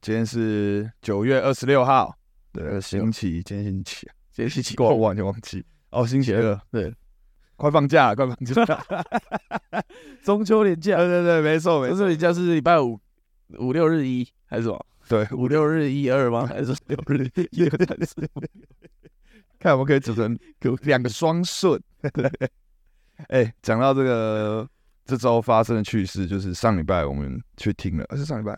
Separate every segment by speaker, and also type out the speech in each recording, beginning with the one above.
Speaker 1: 今天是九月二十六号，对，
Speaker 2: 26
Speaker 1: 星期，今天星期，
Speaker 2: 今天星期
Speaker 1: 过我完全忘记，哦，星期二，
Speaker 2: 对，
Speaker 1: 快放假了，快放假了，
Speaker 2: 中秋连假，
Speaker 1: 对对对，没错没
Speaker 2: 中
Speaker 1: 错，
Speaker 2: 秋连假是礼拜五五六日一还是什么？
Speaker 1: 对，
Speaker 2: 五六日一二吗？ 还是六日 一二？
Speaker 1: 看我们可以组成 两个双顺。 哎，讲到这个这周发生的趣事，就是上礼拜我们去听了，呃是上礼拜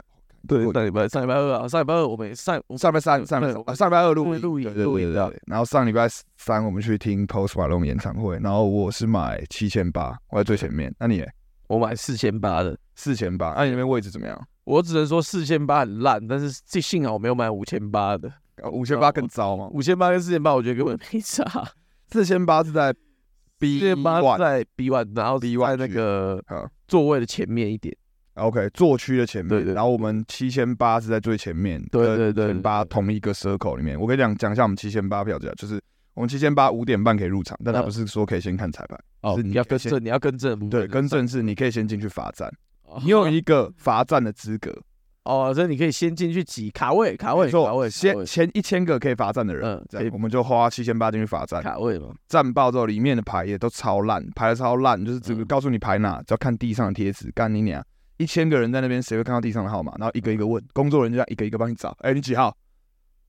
Speaker 2: 对，上礼拜上礼拜二啊，上礼拜二我们也上我
Speaker 1: 上礼拜三上礼拜
Speaker 2: 对
Speaker 1: 啊上礼拜二
Speaker 2: 我
Speaker 1: 录
Speaker 2: 们录影
Speaker 1: 对对
Speaker 2: 录
Speaker 1: 对
Speaker 2: 影
Speaker 1: 对
Speaker 2: 的
Speaker 1: 对，然后上礼拜三我们去听 Post Malone 演唱会，然后我是买七千八，我在最前面，那你呢？
Speaker 2: 我买四千八的，
Speaker 1: 四千八，那你那边位置怎么样？
Speaker 2: 我只能说四千八很烂，但是这幸好我没有买五千八的，
Speaker 1: 呃五千
Speaker 2: 呃
Speaker 1: 八更糟吗？
Speaker 2: 五千八跟四千八我觉得根 本没差。
Speaker 1: 四千八是在 B
Speaker 2: 四千八
Speaker 1: one
Speaker 2: 在 B one，然后
Speaker 1: B1
Speaker 2: 在那个
Speaker 1: 好
Speaker 2: 座位的前面一点。
Speaker 1: OK 座区的前面，
Speaker 2: 对对
Speaker 1: 然后我们七千八是在最前面，
Speaker 2: 对对对对
Speaker 1: 前八
Speaker 2: 对
Speaker 1: 同一个 circle 里面。我跟你讲讲一下我们七千八票价，就是我们七千八五点半可以入场，但他
Speaker 2: 嗯
Speaker 1: 不是说可以先看彩排，
Speaker 2: 哦，
Speaker 1: 是
Speaker 2: 你
Speaker 1: 你
Speaker 2: 要
Speaker 1: 可
Speaker 2: 更
Speaker 1: 以先
Speaker 2: 正，你要更正的部分。
Speaker 1: 对，更正是你可以先进去罚站，
Speaker 2: 哦，
Speaker 1: 你有一个罚站的资格，
Speaker 2: 哦，所以你可以先进去挤卡位，卡位，
Speaker 1: 没错
Speaker 2: 卡位，卡
Speaker 1: 先
Speaker 2: 位
Speaker 1: 前一千个可以罚站的人
Speaker 2: 嗯，
Speaker 1: 这
Speaker 2: 可以
Speaker 1: 样我们就花七千八进去罚站，
Speaker 2: 卡位嘛。
Speaker 1: 站爆之后里面的牌也都超烂，排的超烂，就是只
Speaker 2: 嗯
Speaker 1: 告诉你排哪，只要看地上的贴纸，干你娘！一千个人在那边，谁会看到地上的号码？然后一个
Speaker 2: 嗯
Speaker 1: 一个问，工作人员就这样一个一个帮你找。哎、你几号？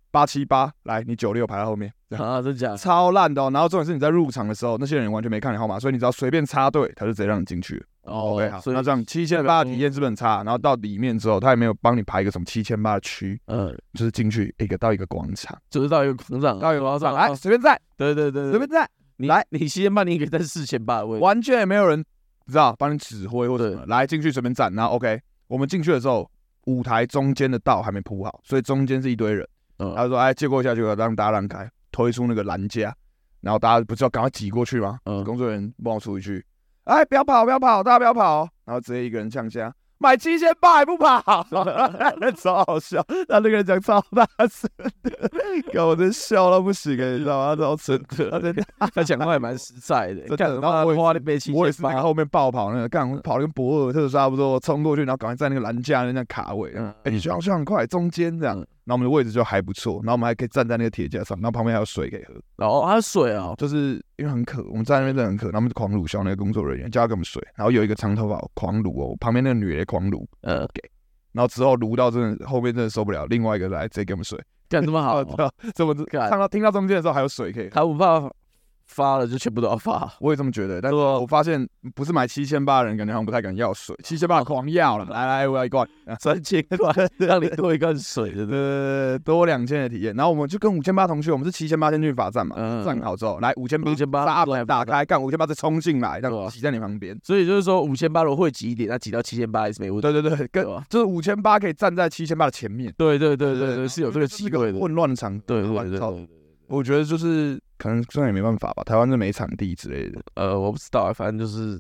Speaker 1: 八七八，来，你九六排在后面， 这样
Speaker 2: 啊，真假？
Speaker 1: 超烂的哦。然后重点是你在入场的时候，那些人完全没看你号码，所以你只要随便插队，他就直接让你进去了。
Speaker 2: 哦
Speaker 1: OK，好，
Speaker 2: 所以嗯
Speaker 1: 那这样七千
Speaker 2: 代表
Speaker 1: 八
Speaker 2: 说
Speaker 1: 体验是不是很差？然后到里面之后，他也没有帮你排一个什么七千八的区，
Speaker 2: 嗯，
Speaker 1: 就是进去一个到一个广场，
Speaker 2: 就是到一个广场，
Speaker 1: 到一个广场，
Speaker 2: 哦
Speaker 1: 来随便站，
Speaker 2: 对对对，
Speaker 1: 随便站。
Speaker 2: 你
Speaker 1: 来，
Speaker 2: 你七千八，你也可以在四千八的位置。
Speaker 1: 完全也没有人你知道帮你指挥或什么，来进去随便站。然后 OK，我们进去的时候，舞台中间的道还没铺好，所以中间是一堆人。
Speaker 2: 嗯
Speaker 1: 他就说：“哎，借过一下，就让大家让开，推出那个栏架，然后大家不是要赶快挤过去吗？”
Speaker 2: 嗯，
Speaker 1: 工作人员帮我出一句：“哎，不要跑，不要跑，大家不要跑哦！”然后直接一个人呛下。买七千八还不跑， 超好笑！他那个人讲超大声 的，搞我真笑到不行、欸，你知道吗？他超真的，他在
Speaker 2: 他讲话也蛮实 在的。
Speaker 1: 真的
Speaker 2: 干
Speaker 1: 然后
Speaker 2: 他
Speaker 1: 我也
Speaker 2: 妈花了被七
Speaker 1: 我也
Speaker 2: 千
Speaker 1: 是拿
Speaker 2: 八，
Speaker 1: 后面爆跑那个，干
Speaker 2: 嗯
Speaker 1: 跑的跟博尔特差不多，冲过去，然后赶快在那个栏架那那卡位，
Speaker 2: 嗯
Speaker 1: 嗯，哎、你需要需要很快，中间这样，
Speaker 2: 嗯
Speaker 1: 然后我们的位置就还不错，然后我们还可以站在那个铁架上，然后旁边还有水可以喝，
Speaker 2: 然后他水啊，
Speaker 1: 就是因为很渴，我们站在那边真的很渴，然后我们就狂乳笑那个工作人员，叫他给我们水，然后有一个长头发狂乳哦，旁边那个女的也狂乳，
Speaker 2: 嗯，
Speaker 1: 然后之后乳到真的后面真的受不了，另外一个来直接给我们水，
Speaker 2: 干这么 好
Speaker 1: 哦，，对，这么
Speaker 2: 干
Speaker 1: 唱到听到中间的时候还有水可以喝。
Speaker 2: 他不怕发了就全部都 要发。
Speaker 1: 我也这么觉得，但是我发现不是买七千八的人，感觉好像不太敢要水，七千八狂要了，来来，我要一罐，
Speaker 2: 三千块让你多一罐水的，
Speaker 1: 呃，多两千的体验。然后我们就跟五千八同学，我们是七千八先去罚站嘛，
Speaker 2: 嗯
Speaker 1: 站好之后来五千八，
Speaker 2: 5800
Speaker 1: 大门打开，干五千八再冲进来，
Speaker 2: 对啊
Speaker 1: 让挤在你旁边。
Speaker 2: 所以就是说五千八如果会挤一点，那挤到七千八还是没问题。
Speaker 1: 对对对，跟
Speaker 2: 对吧
Speaker 1: 就是五千八可以站在七千八的前面。
Speaker 2: 对对对对对，是有这个机
Speaker 1: 机
Speaker 2: 会
Speaker 1: 会
Speaker 2: 的。
Speaker 1: 混乱的场合，
Speaker 2: 对对对
Speaker 1: 乱套
Speaker 2: 对，对
Speaker 1: 我觉得就是可能虽然也没办法吧，台湾是没场地之类的，
Speaker 2: 呃，我不知道啊，反正就是，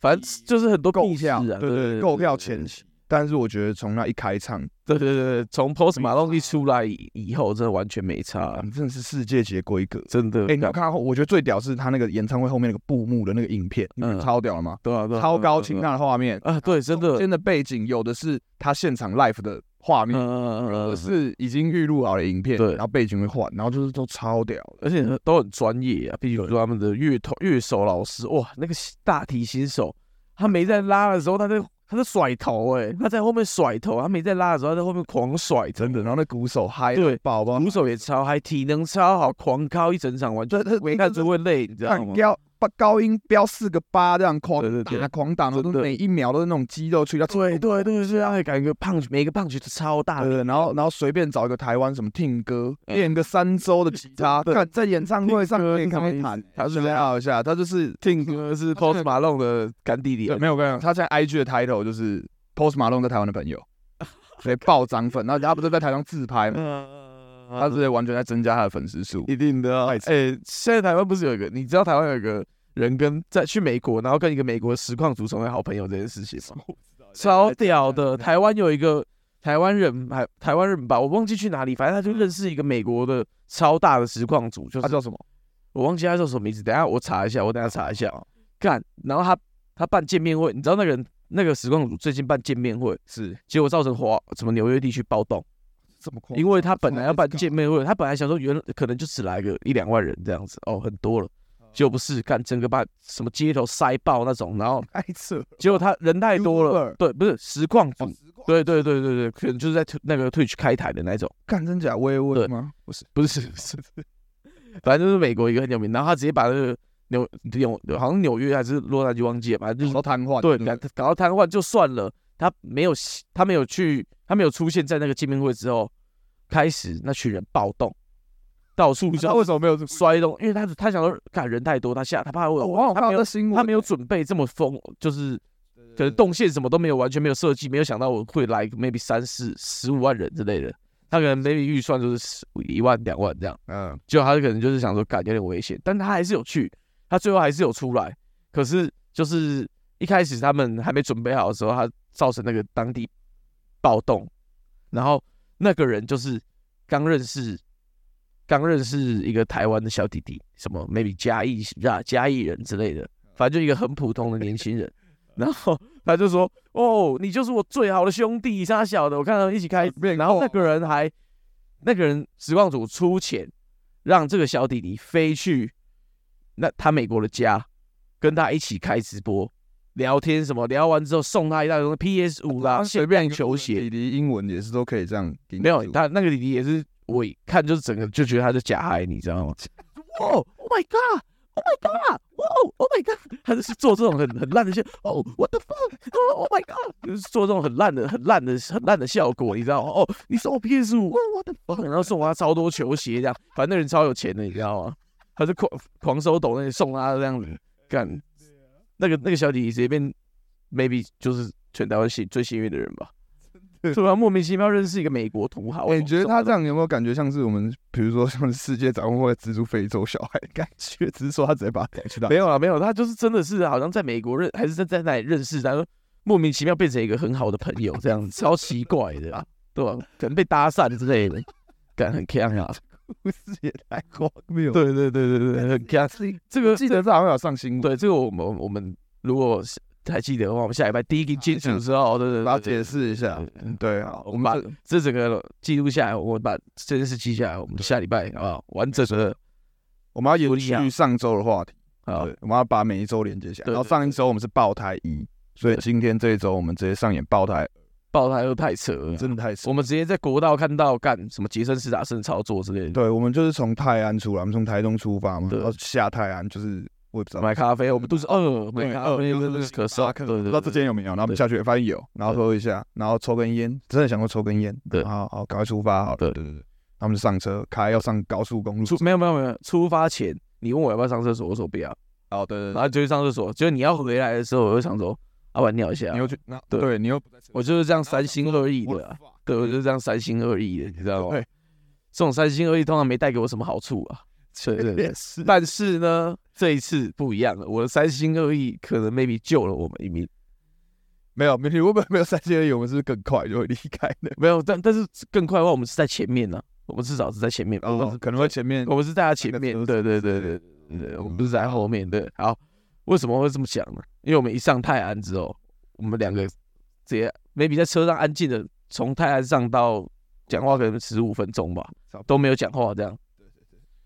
Speaker 2: 反正就是很多
Speaker 1: 购
Speaker 2: 屁事
Speaker 1: 票，
Speaker 2: 啊，
Speaker 1: 对
Speaker 2: 对
Speaker 1: 对，购票前期，。但是我觉得从那一开唱，
Speaker 2: 对对对，对从 Post
Speaker 1: 没
Speaker 2: Malone 一
Speaker 1: 差
Speaker 2: 出来以以后，真的完全没差，
Speaker 1: 真的是世界级的规格。
Speaker 2: 真的。
Speaker 1: 哎、你有
Speaker 2: 干
Speaker 1: 看到后，我觉得最屌是他那个演唱会后面那个布幕的那个影片，你不
Speaker 2: 嗯
Speaker 1: 是超屌了吗？
Speaker 2: 对啊，对啊
Speaker 1: 超
Speaker 2: 对啊
Speaker 1: 高
Speaker 2: 对啊
Speaker 1: 清
Speaker 2: 对啊
Speaker 1: 大的画面，
Speaker 2: 啊，对，真的，
Speaker 1: 中间的背景有的是他现场 live 的画
Speaker 2: 嗯
Speaker 1: 面，
Speaker 2: 嗯嗯
Speaker 1: 有的
Speaker 2: 嗯，
Speaker 1: 是已经预录好的影片，
Speaker 2: 对
Speaker 1: 然后背景会换，然后就是都超屌的。
Speaker 2: 而且都很专业啊，毕竟说他们的乐头乐手老师，哇，那个大提琴手，他没在拉的时候，他在他在甩头，哎，他在后面甩头，他没在拉的时候，他在后面狂甩，
Speaker 1: 真的，。然后那鼓手嗨，
Speaker 2: 对
Speaker 1: 宝宝
Speaker 2: 鼓手也超嗨，体能超好，狂靠一整场，完全
Speaker 1: 对对
Speaker 2: 没看
Speaker 1: 对
Speaker 2: 就会累，你知道
Speaker 1: 看
Speaker 2: 吗？
Speaker 1: 飙把高音飙四个八这样狂
Speaker 2: 对对对
Speaker 1: 打狂打，然后都
Speaker 2: 真的
Speaker 1: 每一秒都是那种肌肉去到
Speaker 2: 对对对对，他感觉 punch 每个 punch 都超大
Speaker 1: 对
Speaker 2: 力，
Speaker 1: 对，然后然后随便找一个台湾什么听歌，
Speaker 2: 啊嗯
Speaker 1: 练个三周的吉他，
Speaker 2: 对
Speaker 1: 看在演唱会上面
Speaker 2: 听歌
Speaker 1: 可
Speaker 2: 欸是
Speaker 1: 以
Speaker 2: 什么意
Speaker 1: 弹
Speaker 2: 思，
Speaker 1: 他是好一下，他就是听
Speaker 2: 哥是
Speaker 1: 他现在
Speaker 2: Post Malone 的干弟弟啊
Speaker 1: 对，，没有我跟你讲，他现在 IG 的 title 就是 Post Malone 在台湾的 朋友，所以爆涨粉，然后他不是在台上自拍吗？
Speaker 2: 嗯，
Speaker 1: 他是完全在增加他的粉丝数。
Speaker 2: 一定的啊。
Speaker 1: 太扯
Speaker 2: 哎、现在台湾不是有一个，你知道台湾有一个人跟在去美国，然后跟一个美国实况组成为好朋友这件事情吗？超屌的，台湾有一个台湾人，台台湾人吧，我忘记去哪里，反正他就认识一个美国的超大的实况组，就
Speaker 1: 他
Speaker 2: 是
Speaker 1: 叫什么？
Speaker 2: 我忘记啊嗯他叫什么名字，等一下我查一下，我等一下查一下。干，然后他他办见面会，你知道那个人那个实况组最近办见面会，
Speaker 1: 是
Speaker 2: 结果造成华什么纽约地区暴动，
Speaker 1: 这么快？
Speaker 2: 因为他本来要办
Speaker 1: 这么
Speaker 2: 见面会，他本来想说原可能就只来个一两万人这样子，哦，很多了，结果不是，干整个把什么街头塞爆那种，然后
Speaker 1: 太扯了，
Speaker 2: 结果他人太多了
Speaker 1: YouTuber，
Speaker 2: 对，不是实况组
Speaker 1: 哦，实况
Speaker 2: 对对对对对，可能就是在 Tw- 那个 Twitch 开台的那种，
Speaker 1: 干真假微微
Speaker 2: 对
Speaker 1: 吗？不是，
Speaker 2: 不是不是，反正就是美国一个很有名，然后他直接把那个纽纽好像纽约还是洛杉矶忘记了，反正就是
Speaker 1: 都瘫痪。
Speaker 2: 对，
Speaker 1: 不
Speaker 2: 搞搞到瘫痪就算了，他没有他没有去，他没有出现在那个见面会之后，开始那群人暴动，到处
Speaker 1: 不知道
Speaker 2: 上
Speaker 1: 为什么没有这个。
Speaker 2: 摔东，因为他他想说，看人太多，他吓他怕会有，
Speaker 1: 我好像
Speaker 2: 他
Speaker 1: 看到
Speaker 2: 没
Speaker 1: 这
Speaker 2: 有
Speaker 1: 新闻，
Speaker 2: 他没有准备这么疯，就是可能动线什么都没有，完全没有设计，没有想到我会来 maybe 三四十五万人之类的，他可能 maybe 预算就是十一万两万这样。
Speaker 1: 嗯，
Speaker 2: 就他可能就是想说，感有点危险，但他还是有去，他最后还是有出来。可是就是一开始他们还没准备好的时候，他造成那个当地暴动，然后那个人就是刚认识，刚认识一个台湾的小弟弟，什么 maybe 嘉义啊嘉义人之类的，反正就一个很普通的年轻人。然后他就说：“哦，你就是我最好的兄弟，他小的，我看他们一起开
Speaker 1: 变
Speaker 2: 然后那
Speaker 1: 过
Speaker 2: 个人还，那个人实况组出钱让这个小弟弟飞去那他美国的家，跟他一起开直播聊天什么，聊完之后送他一大堆 PS 五啦，
Speaker 1: 随
Speaker 2: 限
Speaker 1: 便
Speaker 2: 量
Speaker 1: 一个
Speaker 2: 啊球
Speaker 1: 弟
Speaker 2: 鞋，
Speaker 1: 弟英文也是都可以这样盯住。
Speaker 2: 没有他那个弟弟也是我一看就是整个就觉得他是假嗨，你知道吗？哇，Oh my god！Oh my god！哇哦，Oh my god！他 就是做这种很很烂的效，哦，What the fuck！Oh my god！就是 做这种很烂的、很烂的、很烂的效果，你知道吗？哦，你送我 PS 五，What the fuck！然后送我他超多球鞋，这样，反正那人超有钱的，你知道吗？他就狂狂收抖那些送他这样子干，那个那个小弟弟直接变，maybe 就是全台湾幸最幸运的人 吧。
Speaker 1: 的
Speaker 2: 突然莫名其妙认识一个美国土豪，
Speaker 1: 欸你觉得他这
Speaker 2: 样？
Speaker 1: 样有没有感觉像是我们，比如说像是世界展望会资助非洲小孩的感觉？只是说他直接把他带去到
Speaker 2: 没有了，没有，他就是真的是好像在美国认，还是在在那里认识，然后莫名其妙变成一个很好的朋友，这样子超奇怪的啊，对吧、可能被搭讪之类的，感很强啊。
Speaker 1: 故事也太荒谬。，
Speaker 2: 对对对 对对，很强。这个
Speaker 1: 记得这好像有上新闻，
Speaker 2: 对这个我们我们如果是还记得的话，我们下礼拜第一个接触之后，对对
Speaker 1: 把它
Speaker 2: 对
Speaker 1: 解
Speaker 2: 对，
Speaker 1: 释一下
Speaker 2: 对。
Speaker 1: 嗯对啊，我
Speaker 2: 我们
Speaker 1: 们
Speaker 2: 把
Speaker 1: 这
Speaker 2: 这整个记录下来，我们把这件事记下来，我们下礼拜好不好？完整的
Speaker 1: 我们要延
Speaker 2: 不一
Speaker 1: 续
Speaker 2: 样
Speaker 1: 上周的话题，
Speaker 2: 啊，
Speaker 1: 对，我们要把每一周连接起来。
Speaker 2: 对
Speaker 1: 然后
Speaker 2: 对
Speaker 1: 上一
Speaker 2: 对
Speaker 1: 周我们是爆胎一，所以
Speaker 2: 对
Speaker 1: 今天这一周我们直接上演爆胎，
Speaker 2: 爆胎又太扯了，
Speaker 1: 真的太扯
Speaker 2: 我。们直接在国道看到干什么杰森斯坦森操作之类的。
Speaker 1: 对，我们就是从泰安出来，我们从台东出发嘛，
Speaker 2: 对
Speaker 1: 然后下泰安，就是我也不知道
Speaker 2: 买咖啡，我们肚子饿，买咖啡
Speaker 1: 对哦
Speaker 2: 可
Speaker 1: 沙
Speaker 2: 可
Speaker 1: 克
Speaker 2: 对
Speaker 1: 不
Speaker 2: 对
Speaker 1: 知
Speaker 2: 对，
Speaker 1: 道这间有没有，然后我们
Speaker 2: 对
Speaker 1: 下去发现有，然后
Speaker 2: 对
Speaker 1: 喝一下，然后抽根烟，真的想说抽根烟，
Speaker 2: 对
Speaker 1: 好好赶快出发好了，
Speaker 2: 对
Speaker 1: 对对对，他们就上车，开要上高速公路，
Speaker 2: 出没有没有没有，出发前你问我要不要上厕所，我说不要，
Speaker 1: 哦对对
Speaker 2: 然，后就去上厕所，就是你要回来的时候，我就想说，要不然尿一下
Speaker 1: 你，又去，那
Speaker 2: 啊对
Speaker 1: 对，你又不在车
Speaker 2: 我就是这样三心二意的啊，
Speaker 1: 上，
Speaker 2: 对，我就是这样三心二意的，你知道吗？
Speaker 1: 对，
Speaker 2: 这种三心二意通常没带给我什么好处啊，对对对
Speaker 1: 也。是，
Speaker 2: 但是呢，这一次不一样了，我的三心二意可能 maybe 救了我们一命，
Speaker 1: 没有没有，我们没有三心二意，我们是不是更快就会离开的，
Speaker 2: 没有，但但是更快的话，我们是在前面呢、我们至少是在前面，我们
Speaker 1: 哦，可能会前面
Speaker 2: 我们是在他前
Speaker 1: 那个
Speaker 2: 面
Speaker 1: 车，
Speaker 2: 对对对
Speaker 1: 之类
Speaker 2: 对对对，我们不是在他后面。对，好，为什么会这么想呢？因为我们一上泰安之后，我们两个直接 maybe 在车上安静的从泰安上到讲话可能十五分钟吧
Speaker 1: 差不多，
Speaker 2: 都没有讲话这样。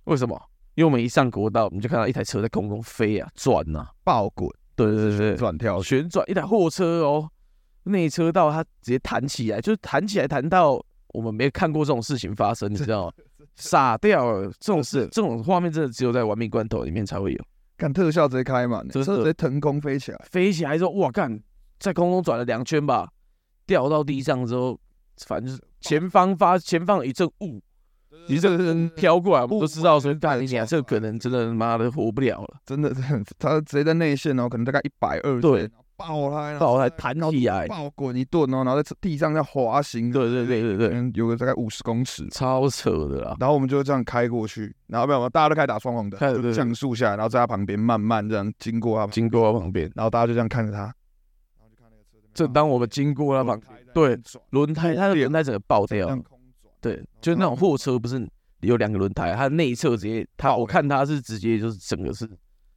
Speaker 2: 为什么？因为我们一上国道，我们就看到一台车在空中飞啊，转呐、啊，
Speaker 1: 爆滚
Speaker 2: 对对对对，
Speaker 1: 转跳，
Speaker 2: 旋转一台货车哦，内车道它直接弹起来，就是弹起来弹到我们没看过这种事情发生，你知道吗？傻掉了，这种事，这种画面真的只有在《玩命关头》里面才会有。
Speaker 1: 看特效直接开满，欸车
Speaker 2: 真的
Speaker 1: 直接腾空飞起来，
Speaker 2: 飞起来之后，哇干，在空中转了两圈吧，掉到地上之后，反正就是前方发前方有一阵雾，一阵人飘过来，我们都知道说，干你俩这可能真的他妈的活不了了，
Speaker 1: 真的，真的，他直接在内线哦，可能大概一百二，
Speaker 2: 对，
Speaker 1: 爆胎，
Speaker 2: 爆胎弹起来
Speaker 1: 爆滚一顿哦，然后在地上在滑行，
Speaker 2: 欸对对对对
Speaker 1: 可
Speaker 2: 对，
Speaker 1: 能有个大概五十公尺，
Speaker 2: 超扯的啦，
Speaker 1: 然后我们就这样开过去，然后没有，大家都开始打双黄灯，
Speaker 2: 开始
Speaker 1: 就降速下来，然后在他旁边慢慢这样经过他，
Speaker 2: 经过他旁边，
Speaker 1: 然后大家就这样看着他，然后就看那个车，
Speaker 2: 正当我们经过他旁边，对，轮胎，它的轮胎整个爆掉了，对，就
Speaker 1: 哦
Speaker 2: 那种货车不是有两个轮胎，它内侧直接，它我看它是直接就是整个是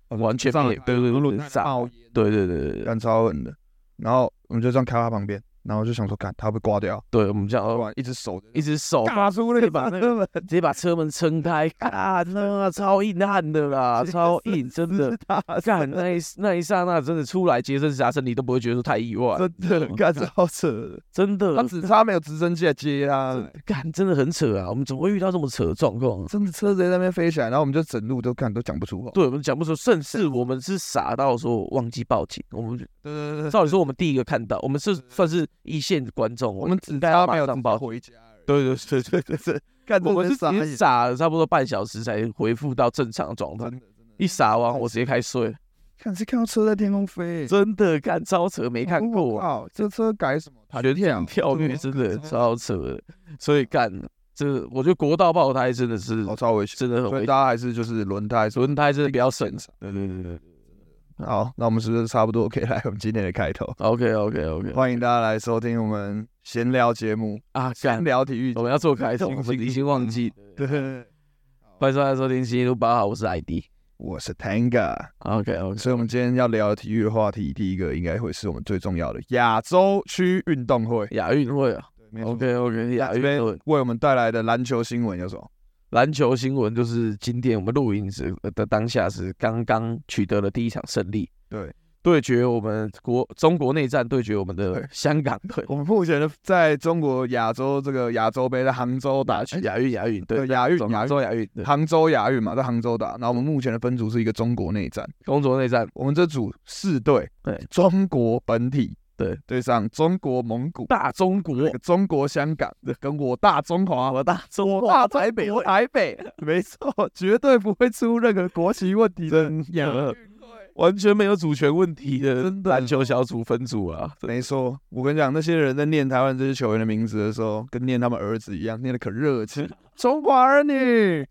Speaker 2: 完全
Speaker 1: 哦上
Speaker 2: 被
Speaker 1: 来
Speaker 2: 对对对
Speaker 1: 爆
Speaker 2: 炸，对对对对对，
Speaker 1: 干超狠的，然后我们就这样开到他旁边，然后就想说，看他会不会挂掉，
Speaker 2: 对，我们这样
Speaker 1: 突
Speaker 2: 哦
Speaker 1: 然一只手
Speaker 2: 一只手
Speaker 1: 尬出那个
Speaker 2: 把那
Speaker 1: 个
Speaker 2: 直接把车门撑开，啊，那超硬汉 的啦，超硬，真的。干那一那一刹那，真的出来杰森·斯坦森，你都不会觉得说太意外，
Speaker 1: 真的干超扯的，
Speaker 2: 真的
Speaker 1: 他。只差没有直升机来接啊他，
Speaker 2: 干真的很扯啊！我们怎么会遇到这么扯的状况？
Speaker 1: 真的车直接在那边飞起来，然后我们就整路都看都讲不出话。
Speaker 2: 对我们讲不出，甚至我们是傻到说忘记报警。我们
Speaker 1: 对对对对，
Speaker 2: 照理说我们第一个看到，我们是算是一线观众，
Speaker 1: 我们只
Speaker 2: 应该要
Speaker 1: 差没
Speaker 2: 马
Speaker 1: 有
Speaker 2: 上
Speaker 1: 直
Speaker 2: 报
Speaker 1: 接
Speaker 2: 警。
Speaker 1: 回家而已。
Speaker 2: 对对对对对对，
Speaker 1: 干
Speaker 2: 我们
Speaker 1: 真的
Speaker 2: 是
Speaker 1: 傻
Speaker 2: 直
Speaker 1: 眼
Speaker 2: 接傻了差不多半小时才恢复到正常的状态
Speaker 1: 真。的真的，
Speaker 2: 一傻完，我直接开睡，
Speaker 1: 看是看到车在天空飞，
Speaker 2: 真的干超扯，没看过、啊，
Speaker 1: 啊！这车改什么？啊
Speaker 2: 旋转跳跃真的超扯的，所以干这我觉得国道爆胎真的是
Speaker 1: 好超危险，
Speaker 2: 真的很
Speaker 1: 哦所
Speaker 2: 危
Speaker 1: 以
Speaker 2: 险，
Speaker 1: 大家还是就是轮胎说。
Speaker 2: 轮胎真的比较省
Speaker 1: 定时。
Speaker 2: 对对对对
Speaker 1: 好，那我们是不是差不多可以来我们今天的开头？
Speaker 2: ，OK OK OK，
Speaker 1: 欢迎大家来收听我们闲聊节目，
Speaker 2: 啊干
Speaker 1: 闲，聊体育。
Speaker 2: 我们要做开头，
Speaker 1: 动
Speaker 2: 我们
Speaker 1: 心
Speaker 2: 已经忘记了。
Speaker 1: 对，
Speaker 2: 欢迎大家收听《新一路八号》，我是 ID。
Speaker 1: 我是 Tanga，
Speaker 2: OK OK，
Speaker 1: 所以我们今天要聊的体育话题，第一个应该会是我们最重要的亚洲区运动会。
Speaker 2: 亚运会啊
Speaker 1: 对没错
Speaker 2: ，OK OK，
Speaker 1: 那
Speaker 2: 亚
Speaker 1: 这
Speaker 2: 运
Speaker 1: 边
Speaker 2: 会。
Speaker 1: 为我们带来的篮球新闻有什么？
Speaker 2: 篮球新闻就是今天我们录影时呃的当下是刚刚取得了第一场胜利，
Speaker 1: 对，
Speaker 2: 对决我们国中国内战对决我们
Speaker 1: 对
Speaker 2: 的香港队，
Speaker 1: 我们目前的在中国亚洲这个亚洲杯在杭州打去，
Speaker 2: 亚运亚运对
Speaker 1: 哎对亚运
Speaker 2: 中
Speaker 1: 亚运
Speaker 2: 中亚运对
Speaker 1: 杭州亚运嘛，在杭州打。然后我们目前的分组是一个中国内战，
Speaker 2: 中国内战
Speaker 1: 我们这组四队，
Speaker 2: 对
Speaker 1: 中国本体
Speaker 2: 对
Speaker 1: 对上中国蒙古、
Speaker 2: 大中国
Speaker 1: 中国香港跟我大中华、我大
Speaker 2: 中
Speaker 1: 我大台北、台 北，没错，绝对不会出任何国籍问题的
Speaker 2: 真
Speaker 1: 亚
Speaker 2: 的
Speaker 1: 运会。
Speaker 2: 呃完全没有主权问题的
Speaker 1: 真的
Speaker 2: 篮球小组分组啊，
Speaker 1: 没错，我跟你讲，那些人在念台湾这些球员的名字的时候，跟念他们儿子一样，念的可热情。 中华儿 女，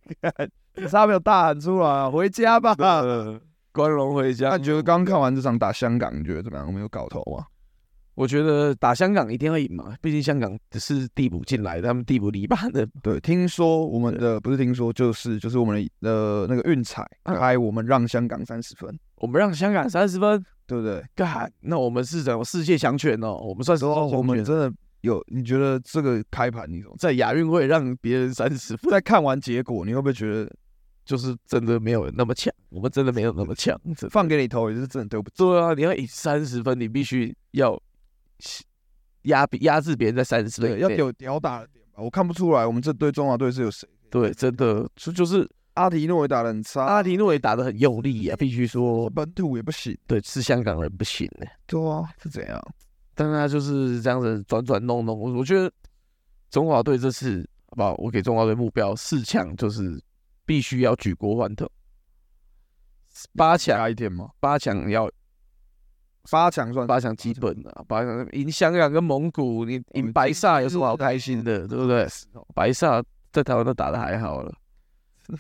Speaker 1: 只差没有大喊出来啊，回家吧。
Speaker 2: 关荣回
Speaker 1: 呃
Speaker 2: 家
Speaker 1: 那你。觉得刚看完这场打香港，你觉得怎么样？我们有搞头吗？
Speaker 2: 我觉得打香港一定会赢嘛，毕竟香港是替补进来的， 他们替补黎巴嫩
Speaker 1: 对，听说我们的不是听说，就是就是我们的呃那个运彩
Speaker 2: 嗯
Speaker 1: 开，我们让香港三十分，
Speaker 2: 我们让香港三十分，
Speaker 1: 对不对？
Speaker 2: 干，那我们是怎么世界强权哦？我们算是
Speaker 1: 说
Speaker 2: 强
Speaker 1: 我们
Speaker 2: 权
Speaker 1: 真的有，你觉得这个开盘你怎么？
Speaker 2: 在亚运会让别人三十分，
Speaker 1: 在看完结果，你会不会觉得
Speaker 2: 就是真的没有那么强，我们真的没有那么强。真的
Speaker 1: 放给你投也是真的对不住？
Speaker 2: 对啊，你要赢三十分，你必须要压比压制别人在三十分
Speaker 1: 对，
Speaker 2: 以
Speaker 1: 要
Speaker 2: 内
Speaker 1: 有屌打的点吧。我看不出来我们这队中华队是有谁。
Speaker 2: 对，真的就就是
Speaker 1: 阿提诺也打得很差，
Speaker 2: 阿迪诺也打得很用力啊，必须说，
Speaker 1: 本土也不行。
Speaker 2: 对，是香港人不行的、
Speaker 1: 对啊，是怎样？
Speaker 2: 但是他就是这样子转转弄弄。我我觉得中华队这次，好不好？我给中华队目标四强就是必须要举国欢腾，八强
Speaker 1: 加一点吗？
Speaker 2: 八强要
Speaker 1: 八强算
Speaker 2: 八强基本啊，八强赢香港跟蒙古，你
Speaker 1: 我
Speaker 2: 赢
Speaker 1: 们
Speaker 2: 白
Speaker 1: 这
Speaker 2: 萨
Speaker 1: 一
Speaker 2: 有什么
Speaker 1: 路
Speaker 2: 好开心的，对不对？白萨在台湾都打的还好了，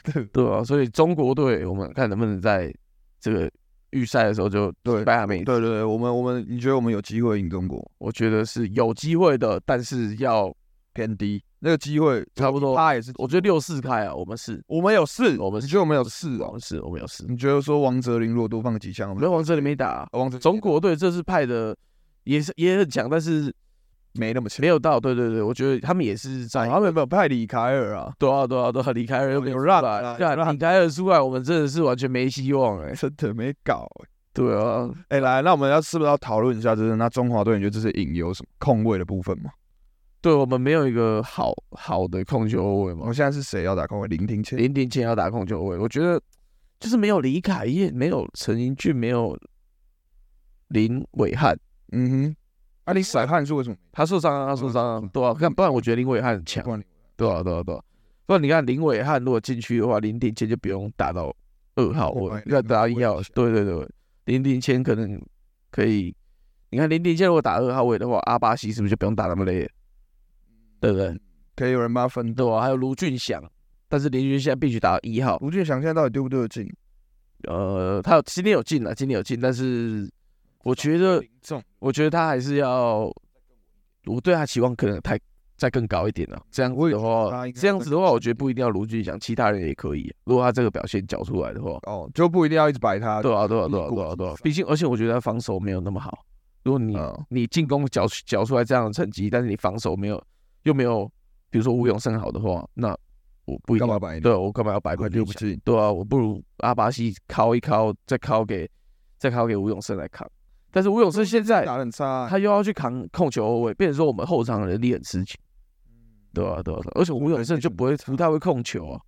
Speaker 1: 对
Speaker 2: 对啊，所以中国队我们看能不能在这个预赛的时候就
Speaker 1: 对
Speaker 2: 击败他们一次。
Speaker 1: 对对，我们我们，你觉得我们有机会赢中国？
Speaker 2: 我觉得是有机会的，但是要
Speaker 1: 偏低，那个机会
Speaker 2: 差不多。
Speaker 1: 他也是，
Speaker 2: 我觉得六四开啊，我们是，
Speaker 1: 我们有四，
Speaker 2: 我们
Speaker 1: 你
Speaker 2: 是
Speaker 1: 觉得我们有四
Speaker 2: 我
Speaker 1: 哦？
Speaker 2: 们是，我们有四。
Speaker 1: 你觉得说王哲林如果多放几枪，我
Speaker 2: 我
Speaker 1: 们
Speaker 2: 们往这里没打，啊
Speaker 1: 王哲林
Speaker 2: 中国队这次派的也是也很强，但是
Speaker 1: 没那么强哦
Speaker 2: 没，有到。对对对，我觉得他们也是在
Speaker 1: 他们没有派里凯尔啊，
Speaker 2: 对啊，对啊，对啊，李凯尔又没有
Speaker 1: 有
Speaker 2: 出
Speaker 1: 让
Speaker 2: 来，
Speaker 1: 啊
Speaker 2: 对
Speaker 1: 有
Speaker 2: 啊，
Speaker 1: 让
Speaker 2: 李凯尔出来，我们真的是完全没希望哎、
Speaker 1: 真的没搞欸。
Speaker 2: 对啊，
Speaker 1: 哎，来，那我们要是不是要讨论一下，就是那中华队，你觉得这是隐忧什么控卫的部分吗？
Speaker 2: 对我们没有一个好好的控球后卫
Speaker 1: 我
Speaker 2: 嘛
Speaker 1: 们。现在是谁要打控卫？林庭谦。
Speaker 2: 林庭谦要打控球后卫，我觉得就是没有李凯燕，没有陈英俊，没有林伟汉，
Speaker 1: 嗯哼，啊，你甩汉是为什么？
Speaker 2: 他受伤啊，他受伤啊，对啊，看不然我觉得林伟汉很强
Speaker 1: 不，然你
Speaker 2: 对啊，对啊，对啊，不然你看林伟汉如果进去的话，林庭谦就不用打到二号
Speaker 1: 我把，
Speaker 2: 位要打到
Speaker 1: 林
Speaker 2: 一
Speaker 1: 庭谦
Speaker 2: 号
Speaker 1: 换下，
Speaker 2: 对对对，林庭谦可能可以，你看林庭谦如果打二号位的话，阿巴西是不是就不用打那么累了，对不对？
Speaker 1: 可以有人帮他分
Speaker 2: 对啊，还有卢俊祥，但是林俊现在必须打到一号，
Speaker 1: 卢俊祥现在到底对不对得进？
Speaker 2: 呃，他有今天有进了，今天有进，但是我觉得，
Speaker 1: 中
Speaker 2: 我觉得他还是要，我对他期望可能太再更高一点了、这样
Speaker 1: 我
Speaker 2: 子
Speaker 1: 也
Speaker 2: 的
Speaker 1: 觉得
Speaker 2: 话
Speaker 1: 他应，该
Speaker 2: 这样子的话，我觉得不一定要卢俊祥，其他人也可以、如果他这个表现缴出来的话，
Speaker 1: 哦，就不一定要一直摆他。
Speaker 2: 对啊，对啊，对啊，
Speaker 1: 如
Speaker 2: 对
Speaker 1: 果
Speaker 2: 啊，对啊
Speaker 1: 是。
Speaker 2: 毕竟，而且我觉得他防守没有那么好，如果你、
Speaker 1: 嗯
Speaker 2: 你进攻缴缴出来这样的成绩，但是你防守没有又没有，比如说吴永胜好的话，那我不一
Speaker 1: 干
Speaker 2: 定
Speaker 1: 嘛摆
Speaker 2: 对我干嘛要白
Speaker 1: 快
Speaker 2: 过
Speaker 1: 丢
Speaker 2: 丢
Speaker 1: 不进？
Speaker 2: 对啊，我不如阿巴西敲一敲，再敲给再敲给吴永胜来扛。但是吴永胜现在
Speaker 1: 打得很差、啊
Speaker 2: 他又要去扛控球后卫，变成说我们后场的能力很吃紧，对啊？对啊，对啊而且吴永胜就不会不太会控球啊，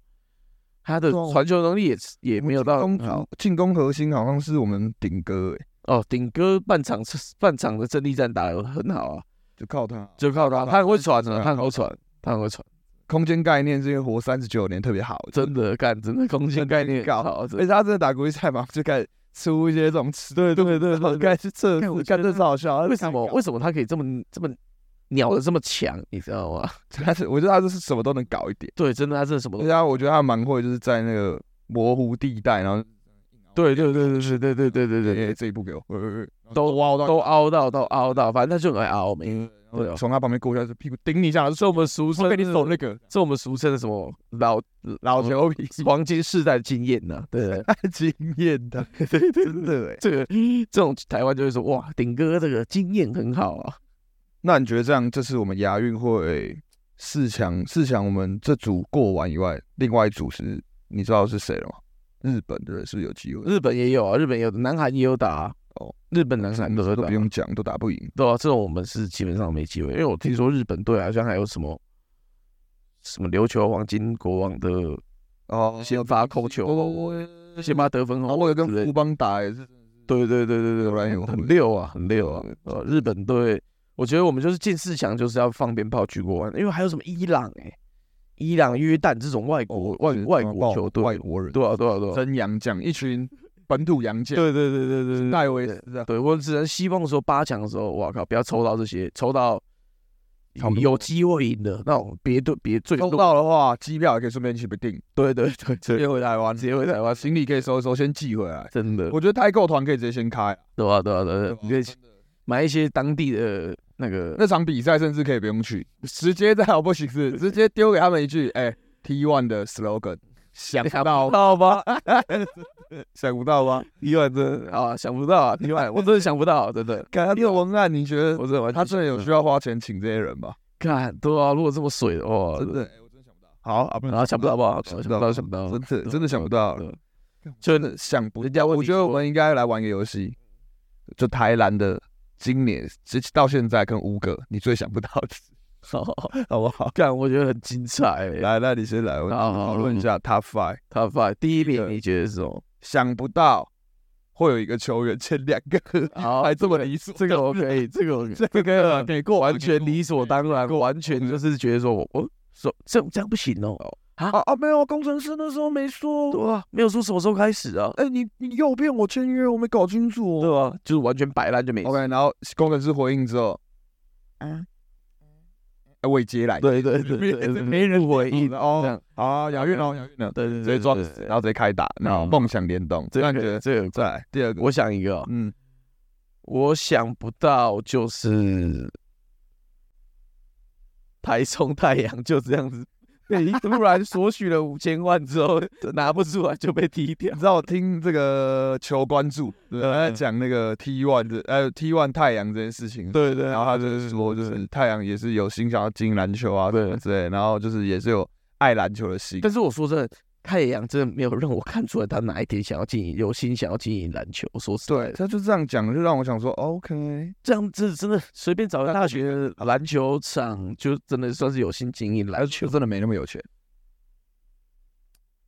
Speaker 2: 他的
Speaker 1: 对啊
Speaker 2: 传球能力也是也没有到
Speaker 1: 进
Speaker 2: 很
Speaker 1: 攻
Speaker 2: 好
Speaker 1: 主进攻核心好像是我们顶哥、欸，
Speaker 2: 哦。顶哥半场半场的阵地战打得很好啊，
Speaker 1: 就靠他。
Speaker 2: 就靠他，他很会传
Speaker 1: 对
Speaker 2: 啊，
Speaker 1: 啊
Speaker 2: 他很会传，他很会传，
Speaker 1: 空间概念是因为活三十九年特别好，
Speaker 2: 真的干，真
Speaker 1: 嗯
Speaker 2: 的空间概念很好，真
Speaker 1: 而且
Speaker 2: 的
Speaker 1: 他真的打国际赛嘛，就开始出一些这种尺对对对，然后开始去测
Speaker 2: 干我
Speaker 1: 试，
Speaker 2: 觉
Speaker 1: 干
Speaker 2: 得
Speaker 1: 这是好笑。
Speaker 2: 为什么为什么他可以这么这么鸟的这么强，你知道吗？
Speaker 1: 他是我觉得他就是什么都能搞一点，
Speaker 2: 对，真的他真的什
Speaker 1: 而
Speaker 2: 么都
Speaker 1: 且他我觉得他蛮会，就是在那个模糊地带，然后哎
Speaker 2: 对对对对对对对对对对，
Speaker 1: 这一步给我，呃呃呃然后
Speaker 2: 都
Speaker 1: 凹到
Speaker 2: 都凹到都凹到，反正他就很爱凹没。
Speaker 1: 然后
Speaker 2: 对啊
Speaker 1: 从他旁边过去，他就屁股顶你一下，
Speaker 2: 是我们俗
Speaker 1: 我
Speaker 2: 称
Speaker 1: 给你手那个
Speaker 2: 是我们俗称的什么老
Speaker 1: 老球皮，
Speaker 2: 黄金世代经验呐、对不对
Speaker 1: 惊艳的，真的哎。
Speaker 2: 这个这种台湾就会说哇，顶哥这个经验很好啊。
Speaker 1: 那你觉得这样，这次我们亚运会四强，四强我们这组过完以外，另外一组是你知道是谁了吗？日本的人是不是有机会？
Speaker 2: 日本也有啊，日本也有，南韩也有打、啊、
Speaker 1: 哦，
Speaker 2: 日本南韩都有
Speaker 1: 都
Speaker 2: 打
Speaker 1: 不，用讲，都打不赢。
Speaker 2: 对啊，这种我们是基本上没机会，因为我听说日本队好像还有什么什么琉球黄金国王的
Speaker 1: 哦
Speaker 2: 先发控球
Speaker 1: 我我
Speaker 2: 先把得分
Speaker 1: 我
Speaker 2: 后
Speaker 1: 我
Speaker 2: 卫
Speaker 1: 有
Speaker 2: 之类
Speaker 1: 跟
Speaker 2: 的
Speaker 1: 富邦打也是，
Speaker 2: 对对对对对，
Speaker 1: 有来有回
Speaker 2: 很溜啊，很溜啊！呃，日本队，我觉得我们就是进四强就是要放鞭炮举国湾，因为还有什么伊朗哎、伊朗、约旦这种外国、外哦外国球队，
Speaker 1: 外国人，
Speaker 2: 对啊对啊对啊，
Speaker 1: 真洋将，一群本土洋将，
Speaker 2: 对对对对对对
Speaker 1: 戴维斯啊，
Speaker 2: 对，我只能希望说八强的时候，哇靠，不要抽到这些，抽到
Speaker 1: 差不多
Speaker 2: 有机会赢的那种，别对别最
Speaker 1: 抽
Speaker 2: 弱，
Speaker 1: 到的话，机票也可以顺便去不定，
Speaker 2: 对对对
Speaker 1: 直
Speaker 2: 对，
Speaker 1: 接回台湾
Speaker 2: 直，接回台湾，
Speaker 1: 行李可以收一收，先寄回来。
Speaker 2: 真的，
Speaker 1: 我觉得代购团可以直接先开，
Speaker 2: 对啊对啊对
Speaker 1: 对
Speaker 2: 啊
Speaker 1: 吧，
Speaker 2: 你可以
Speaker 1: 真的
Speaker 2: 买一些当地的那个
Speaker 1: 那场比赛甚至可以不用去，直接在好不行是直接丢给他们一句，哎、t One 的 slogan，想
Speaker 2: 啊
Speaker 1: 不到吧，
Speaker 2: 到吧。
Speaker 1: 想不到吧？
Speaker 2: 一万真的啊，想不到啊，一万，我真的想不到、真的。
Speaker 1: 看他这个文案，你觉得
Speaker 2: 我真的完全
Speaker 1: 他真的有需要花钱请这些人吗？
Speaker 2: 看，对啊，如果这么水的话，
Speaker 1: 真，的，哎、我真的想不到。好啊，不
Speaker 2: 然后想不到吧，
Speaker 1: 想不
Speaker 2: 想不
Speaker 1: 到
Speaker 2: 到，想不到，
Speaker 1: 真的
Speaker 2: 对
Speaker 1: 真的想不到，
Speaker 2: 对
Speaker 1: 真的想不
Speaker 2: 人家问
Speaker 1: 我
Speaker 2: 你
Speaker 1: 觉
Speaker 2: 说
Speaker 1: 得我们应该来玩个游戏，就台南的今年直到现在跟五个你最想不到的，
Speaker 2: 好好好
Speaker 1: 好不好？
Speaker 2: 干，我觉得很精彩、欸。
Speaker 1: 来，那你先来，我
Speaker 2: 好嗯好
Speaker 1: 讨论一下 Top Five。
Speaker 2: Top Five 第一
Speaker 1: 第一个
Speaker 2: 名，你觉得是什么？
Speaker 1: 想不到会有一个球员签两个，
Speaker 2: 好
Speaker 1: 还这么理所当
Speaker 2: 这
Speaker 1: 然。
Speaker 2: 个我可以，这个我可 以
Speaker 1: 这 啊个
Speaker 2: 给过，完全理所当然，
Speaker 1: 过嗯
Speaker 2: 完全就是觉得说我我说这这样不行哦。
Speaker 1: 啊啊，没有，工程师那时候没说。
Speaker 2: 对啊，没有说什么时候开始啊，
Speaker 1: 哎，你你诱骗我签约，我没搞清楚
Speaker 2: 对啊，就是完全摆烂就没事。
Speaker 1: 哦 OK，然后工程师回应之后，
Speaker 2: 嗯，
Speaker 1: 哎，未接来，
Speaker 2: 对对对对，对
Speaker 1: 没人
Speaker 2: 不回应，这
Speaker 1: 哦
Speaker 2: 样。
Speaker 1: 好啊，亚运哦，亚运了，
Speaker 2: 对对对，
Speaker 1: 直接撞
Speaker 2: 对
Speaker 1: 死，然后直接开打，然后
Speaker 2: 嗯
Speaker 1: 梦想联动，这
Speaker 2: 这
Speaker 1: 样
Speaker 2: 个
Speaker 1: 觉得
Speaker 2: 这个
Speaker 1: 再来第二个，
Speaker 2: 我想一个哦、
Speaker 1: 嗯，
Speaker 2: 我想不到就是台中太阳就这样子 被突然索取了五千万之后拿不出来就被踢掉
Speaker 1: 你。知道我听这个球关注，对，嗯他在讲那个 T one 的，呃 T one 太阳这件事情，
Speaker 2: 对对，
Speaker 1: 然后他就是说，就是太阳也是有心想要进篮球啊，
Speaker 2: 对
Speaker 1: 嗯对之类，然后就是也是有爱篮球的心。
Speaker 2: 但是我说真的，太阳真的没有让我看出来他哪一天想要经营，有心想要经营篮球。说实在
Speaker 1: 对，
Speaker 2: 的，
Speaker 1: 他就这样讲，就让我想说，OK，
Speaker 2: 这样子真的随便找个大学篮球场，就真的算是有心经营篮球
Speaker 1: 就。真的没那么有钱。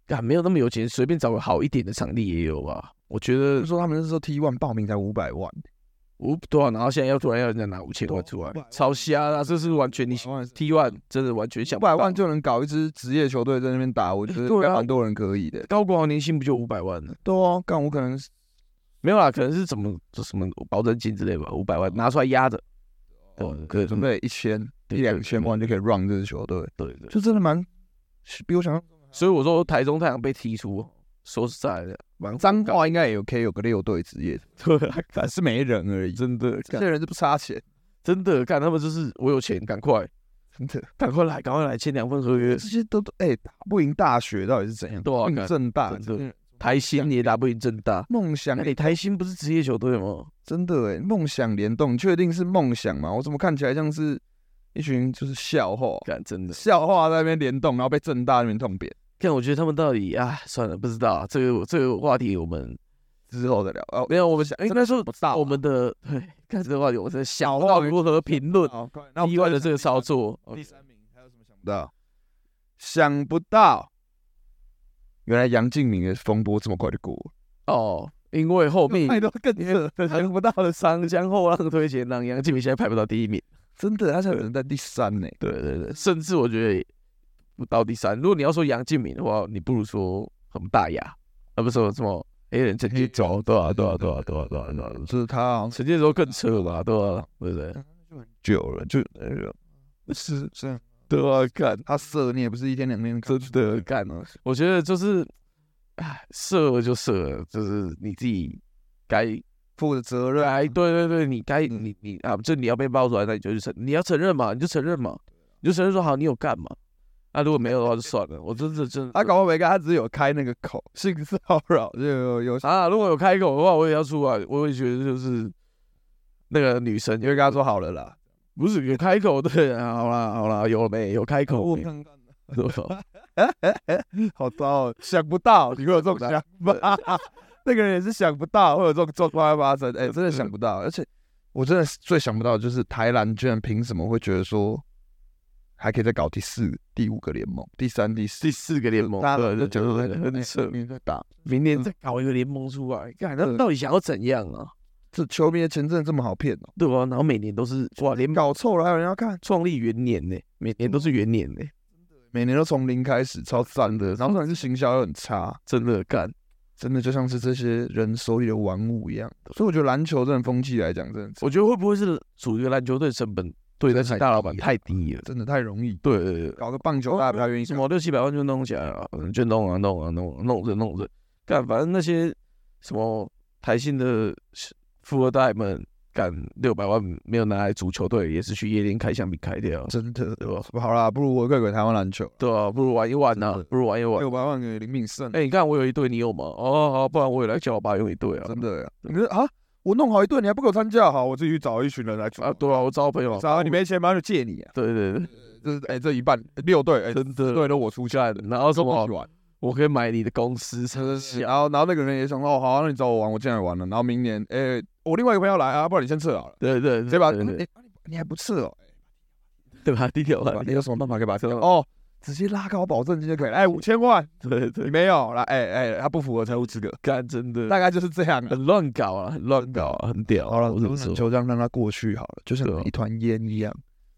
Speaker 2: 啊，没有那么有钱，随便找个好一点的场地也有吧。我觉
Speaker 1: 就
Speaker 2: 得
Speaker 1: 说他们那时候 T one 报名才五百万，
Speaker 2: 五多少，然后现在要突然要人家拿五千块出来
Speaker 1: 对啊，
Speaker 2: 超瞎啦！这是完全你
Speaker 1: 500万
Speaker 2: T one 真的完全想
Speaker 1: 五
Speaker 2: 不到
Speaker 1: 百万就能搞一支职业球队在那边打，我觉得应
Speaker 2: 对
Speaker 1: 该
Speaker 2: 啊
Speaker 1: 蛮多人可以的。
Speaker 2: 高国豪年薪不就五百万呢？
Speaker 1: 对啊，干我可能是
Speaker 2: 没有啦，可能是怎么就什么保证金之类吧，五百万拿出来压着。哦，可以
Speaker 1: 准备一千
Speaker 2: 对
Speaker 1: 一两千万就可以 run 这支球队，
Speaker 2: 对对。
Speaker 1: 就真的蛮比我想象。
Speaker 2: 所以我说台中太阳被踢出，哦说实在的，蛮
Speaker 1: 脏话应该也有可以有个六队职 业，
Speaker 2: 对啊，
Speaker 1: 但是没人而已。
Speaker 2: 真的
Speaker 1: 这
Speaker 2: 干
Speaker 1: 些人就不差钱，
Speaker 2: 真的干，他们就是我有钱，赶快
Speaker 1: 真的。
Speaker 2: 赶快来，赶快来签两份合约
Speaker 1: 这。些都都哎、打不赢大学到底是怎样？
Speaker 2: 对啊
Speaker 1: 不赢
Speaker 2: 干
Speaker 1: 正大
Speaker 2: 真的
Speaker 1: 这些人
Speaker 2: 台新你也打不赢正大，
Speaker 1: 梦想
Speaker 2: 那你台新不是职业球队吗？
Speaker 1: 真的哎，梦想联动，你确定是梦想吗？我怎么看起来像是一群就是笑话，
Speaker 2: 干真的，
Speaker 1: 笑话在那边联动，然后被正大那边痛扁
Speaker 2: 干我觉得他们到底啊，算了，不知道啊这个这个话题我们
Speaker 1: 之后再聊哦。
Speaker 2: 没有，我们想
Speaker 1: 真
Speaker 2: 哎应
Speaker 1: 的
Speaker 2: 该说
Speaker 1: 不知道啊
Speaker 2: 我们的对，干这个话题我真的想
Speaker 1: 好
Speaker 2: 不到
Speaker 1: 话题
Speaker 2: 如何评论
Speaker 1: 好，快那我们
Speaker 2: 意外的这个操作。
Speaker 1: 第三名还有什么想不到？想不到，原来杨敬敏的风波这么快就过了，
Speaker 2: 哦，因为后面
Speaker 1: 多更热，
Speaker 2: 想不到的商江后浪推前浪，杨敬敏现在排不到第一名。
Speaker 1: 真的，他现在可能在第三呢。
Speaker 2: 对对对，甚至我觉得也不到第三。如果你要说杨敬敏的话，你不如说恒大雅，而不是说什么黑人陈建州，对啊对啊对啊对啊对啊对啊，
Speaker 1: 就是他好像
Speaker 2: 陈建州更扯吧，对啊对不对？
Speaker 1: 就很久了，就那个是这样，
Speaker 2: 对啊，干
Speaker 1: 他射你也不是一天两天，
Speaker 2: 真的干
Speaker 1: 了。
Speaker 2: 我觉得就是，哎，射了就射了，就是你自己该
Speaker 1: 负的责任
Speaker 2: 该对对对，你该你你啊，就你要被爆出来，那你就去承，你要承认嘛，你就承认嘛，你就承认说好你有干嘛。那、如果没有的话就算了，我真的真的
Speaker 1: 他搞不好没干，他只是有开那个口，性骚扰就有有
Speaker 2: 啊，如果有开口的话，我也要出来，我也觉得就是那个女生
Speaker 1: 你会跟他说好了啦。
Speaker 2: 不是有开口对，好啦好啦，有了没？有开口没，
Speaker 1: 看看，
Speaker 2: 对吧
Speaker 1: 好糟哦，想不到你会有这种想法， 那个人也是想不到会有这种状况会发生，哎、真的想不到。而且我真的是最想不到的就是台篮居然凭什么会觉得说还可以再搞第四、第五个联盟、第三、第四
Speaker 2: 第四个联盟，
Speaker 1: 大家
Speaker 2: 对
Speaker 1: 就
Speaker 2: 对
Speaker 1: 觉
Speaker 2: 对
Speaker 1: 得嗯
Speaker 2: 对，很扯。
Speaker 1: 明在打。
Speaker 2: 明年再搞一个联盟出来，看那
Speaker 1: 对
Speaker 2: 到底想要怎样啊？
Speaker 1: 这球迷的钱真的这么好骗哦？
Speaker 2: 对啊吧？然后每年都是哇，联盟
Speaker 1: 搞错了还有人要看，
Speaker 2: 创立元年呢，每年都是元年呢，
Speaker 1: 每年都从零开始，超赞的。然后可能是行销又很差，
Speaker 2: 真的干。
Speaker 1: 真的就像是这些人手里的玩物一样。所以我觉得篮球这种风气来讲，真的
Speaker 2: 我觉得会不会是属于篮球队成本对那些大老板太低了？
Speaker 1: 真的太容易。
Speaker 2: 对对对，
Speaker 1: 搞个棒球，大家不太愿意
Speaker 2: 什
Speaker 1: 搞。
Speaker 2: 么六七百万就弄起来了，嗯就弄啊弄啊弄啊弄着弄着，干反正那些什么台新的富二代们，干六百万没有拿来足球队，也是去夜店开香槟开掉，
Speaker 1: 真的，
Speaker 2: 对吧？
Speaker 1: 好啦，不如我给给台湾篮球
Speaker 2: 对啊，不如玩一玩呐、
Speaker 1: 真的
Speaker 2: 不如玩一玩。
Speaker 1: 六百万给林敏胜，
Speaker 2: 哎、你看我有一队，你有吗？哦，好，不然我也来叫我爸用一队啊。
Speaker 1: 真的耶。你说啊，我弄好一顿，你还不给我参加？好，我自己去找一群人来组
Speaker 2: 啊，。对啊，我找我朋友啊。
Speaker 1: 啥、啊？你没钱吗？就借你啊！
Speaker 2: 对对对，
Speaker 1: 这是哎、这一半六队，哎、
Speaker 2: 真
Speaker 1: 四
Speaker 2: 的。
Speaker 1: 队都我出价的，
Speaker 2: 然后什
Speaker 1: 都不
Speaker 2: 么
Speaker 1: 起？玩。
Speaker 2: 我可以买你的公司，真的是
Speaker 1: 然后，然后那个人也想说，哦，好、啊，那你找我玩，我进来玩了。然后明年，哎、我另外一个朋友来啊，不然你先撤好了，
Speaker 2: 对对对，
Speaker 1: 对吧？
Speaker 2: 嗯对对
Speaker 1: 哎你还不撤哦？
Speaker 2: 对吧？低调吧
Speaker 1: 你，有什么办法可以把这
Speaker 2: 这
Speaker 1: 个
Speaker 2: 个
Speaker 1: 哦，直接拉高保证金就可以了。哎，五千万，
Speaker 2: 对
Speaker 1: 你
Speaker 2: 对，
Speaker 1: 没有啦，哎哎，他不符合财务资格，
Speaker 2: 干真的。
Speaker 1: 大概就是这样啊。
Speaker 2: 很乱搞啊，很乱搞啊，很 屌。
Speaker 1: 好了，
Speaker 2: 我怎么
Speaker 1: 我们
Speaker 2: 说？
Speaker 1: 就让让它过去好了，就像
Speaker 2: 对啊
Speaker 1: 一团烟一样。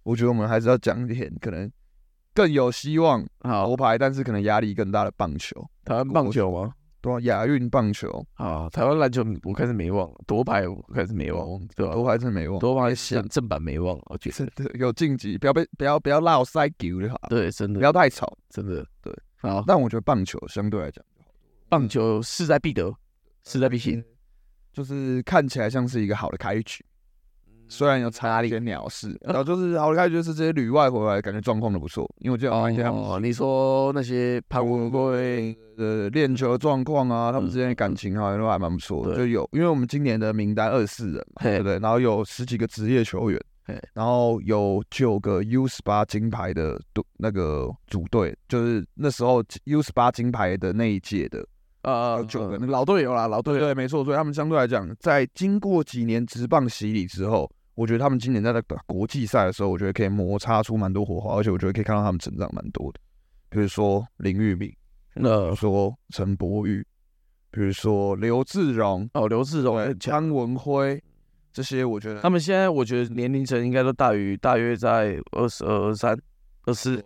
Speaker 1: 我觉得我们还是要讲一点可能更有希望
Speaker 2: 好
Speaker 1: 头，牌，但是可能压力更大的棒球，
Speaker 2: 台湾棒球吗？
Speaker 1: 对啊，亚运棒球
Speaker 2: 啊，台湾篮球我开始没望，夺牌我开始没望，对吧？
Speaker 1: 头牌真没忘，
Speaker 2: 夺牌是正版没望，我觉
Speaker 1: 真
Speaker 2: 得
Speaker 1: 的有晋级，不要被不要不要落塞球就好，
Speaker 2: 对，啊真
Speaker 1: 不
Speaker 2: 的
Speaker 1: 要太吵。
Speaker 2: 真的
Speaker 1: 对。
Speaker 2: 好，
Speaker 1: 但我觉得棒球相对来讲，
Speaker 2: 棒球势在必得，势在必行。
Speaker 1: 就是看起来像是一个好的开局。虽然有差一些鸟事，然后就是啊好看，就是这些旅外回来，感觉状况都不错。因为我记得好像一啊些他们
Speaker 2: 哦，你说那些潘文贵，
Speaker 1: 呃练球的状况啊，他们
Speaker 2: 嗯
Speaker 1: 之间的感情好像都还蛮不错的。就
Speaker 2: 对
Speaker 1: 有，因为我们今年的名单二十四人嘛，对
Speaker 2: 嘿
Speaker 1: 不，对？然后有十几个职业球员
Speaker 2: 嘿，
Speaker 1: 然后有九个 U 十八金牌的队那个组队，就是那时候 U 十八金牌的那一届的
Speaker 2: 呃，
Speaker 1: 九个那个
Speaker 2: 老队友啦，老队友。
Speaker 1: 对，没错，所以他们相对来讲，在经过几年职棒洗礼之后，我觉得他们今年在打国际赛的时候，我觉得可以摩擦出蛮多火花，而且我觉得可以看到他们成长蛮多的。比如说林玉敏，比
Speaker 2: 那
Speaker 1: 如说陈柏宇，比如说刘志荣、
Speaker 2: 哦，刘志荣
Speaker 1: 对
Speaker 2: 很强。
Speaker 1: 张文辉这些，我觉得
Speaker 2: 他们现在我觉得年龄层应该都大于大约在二十二、二三、二四、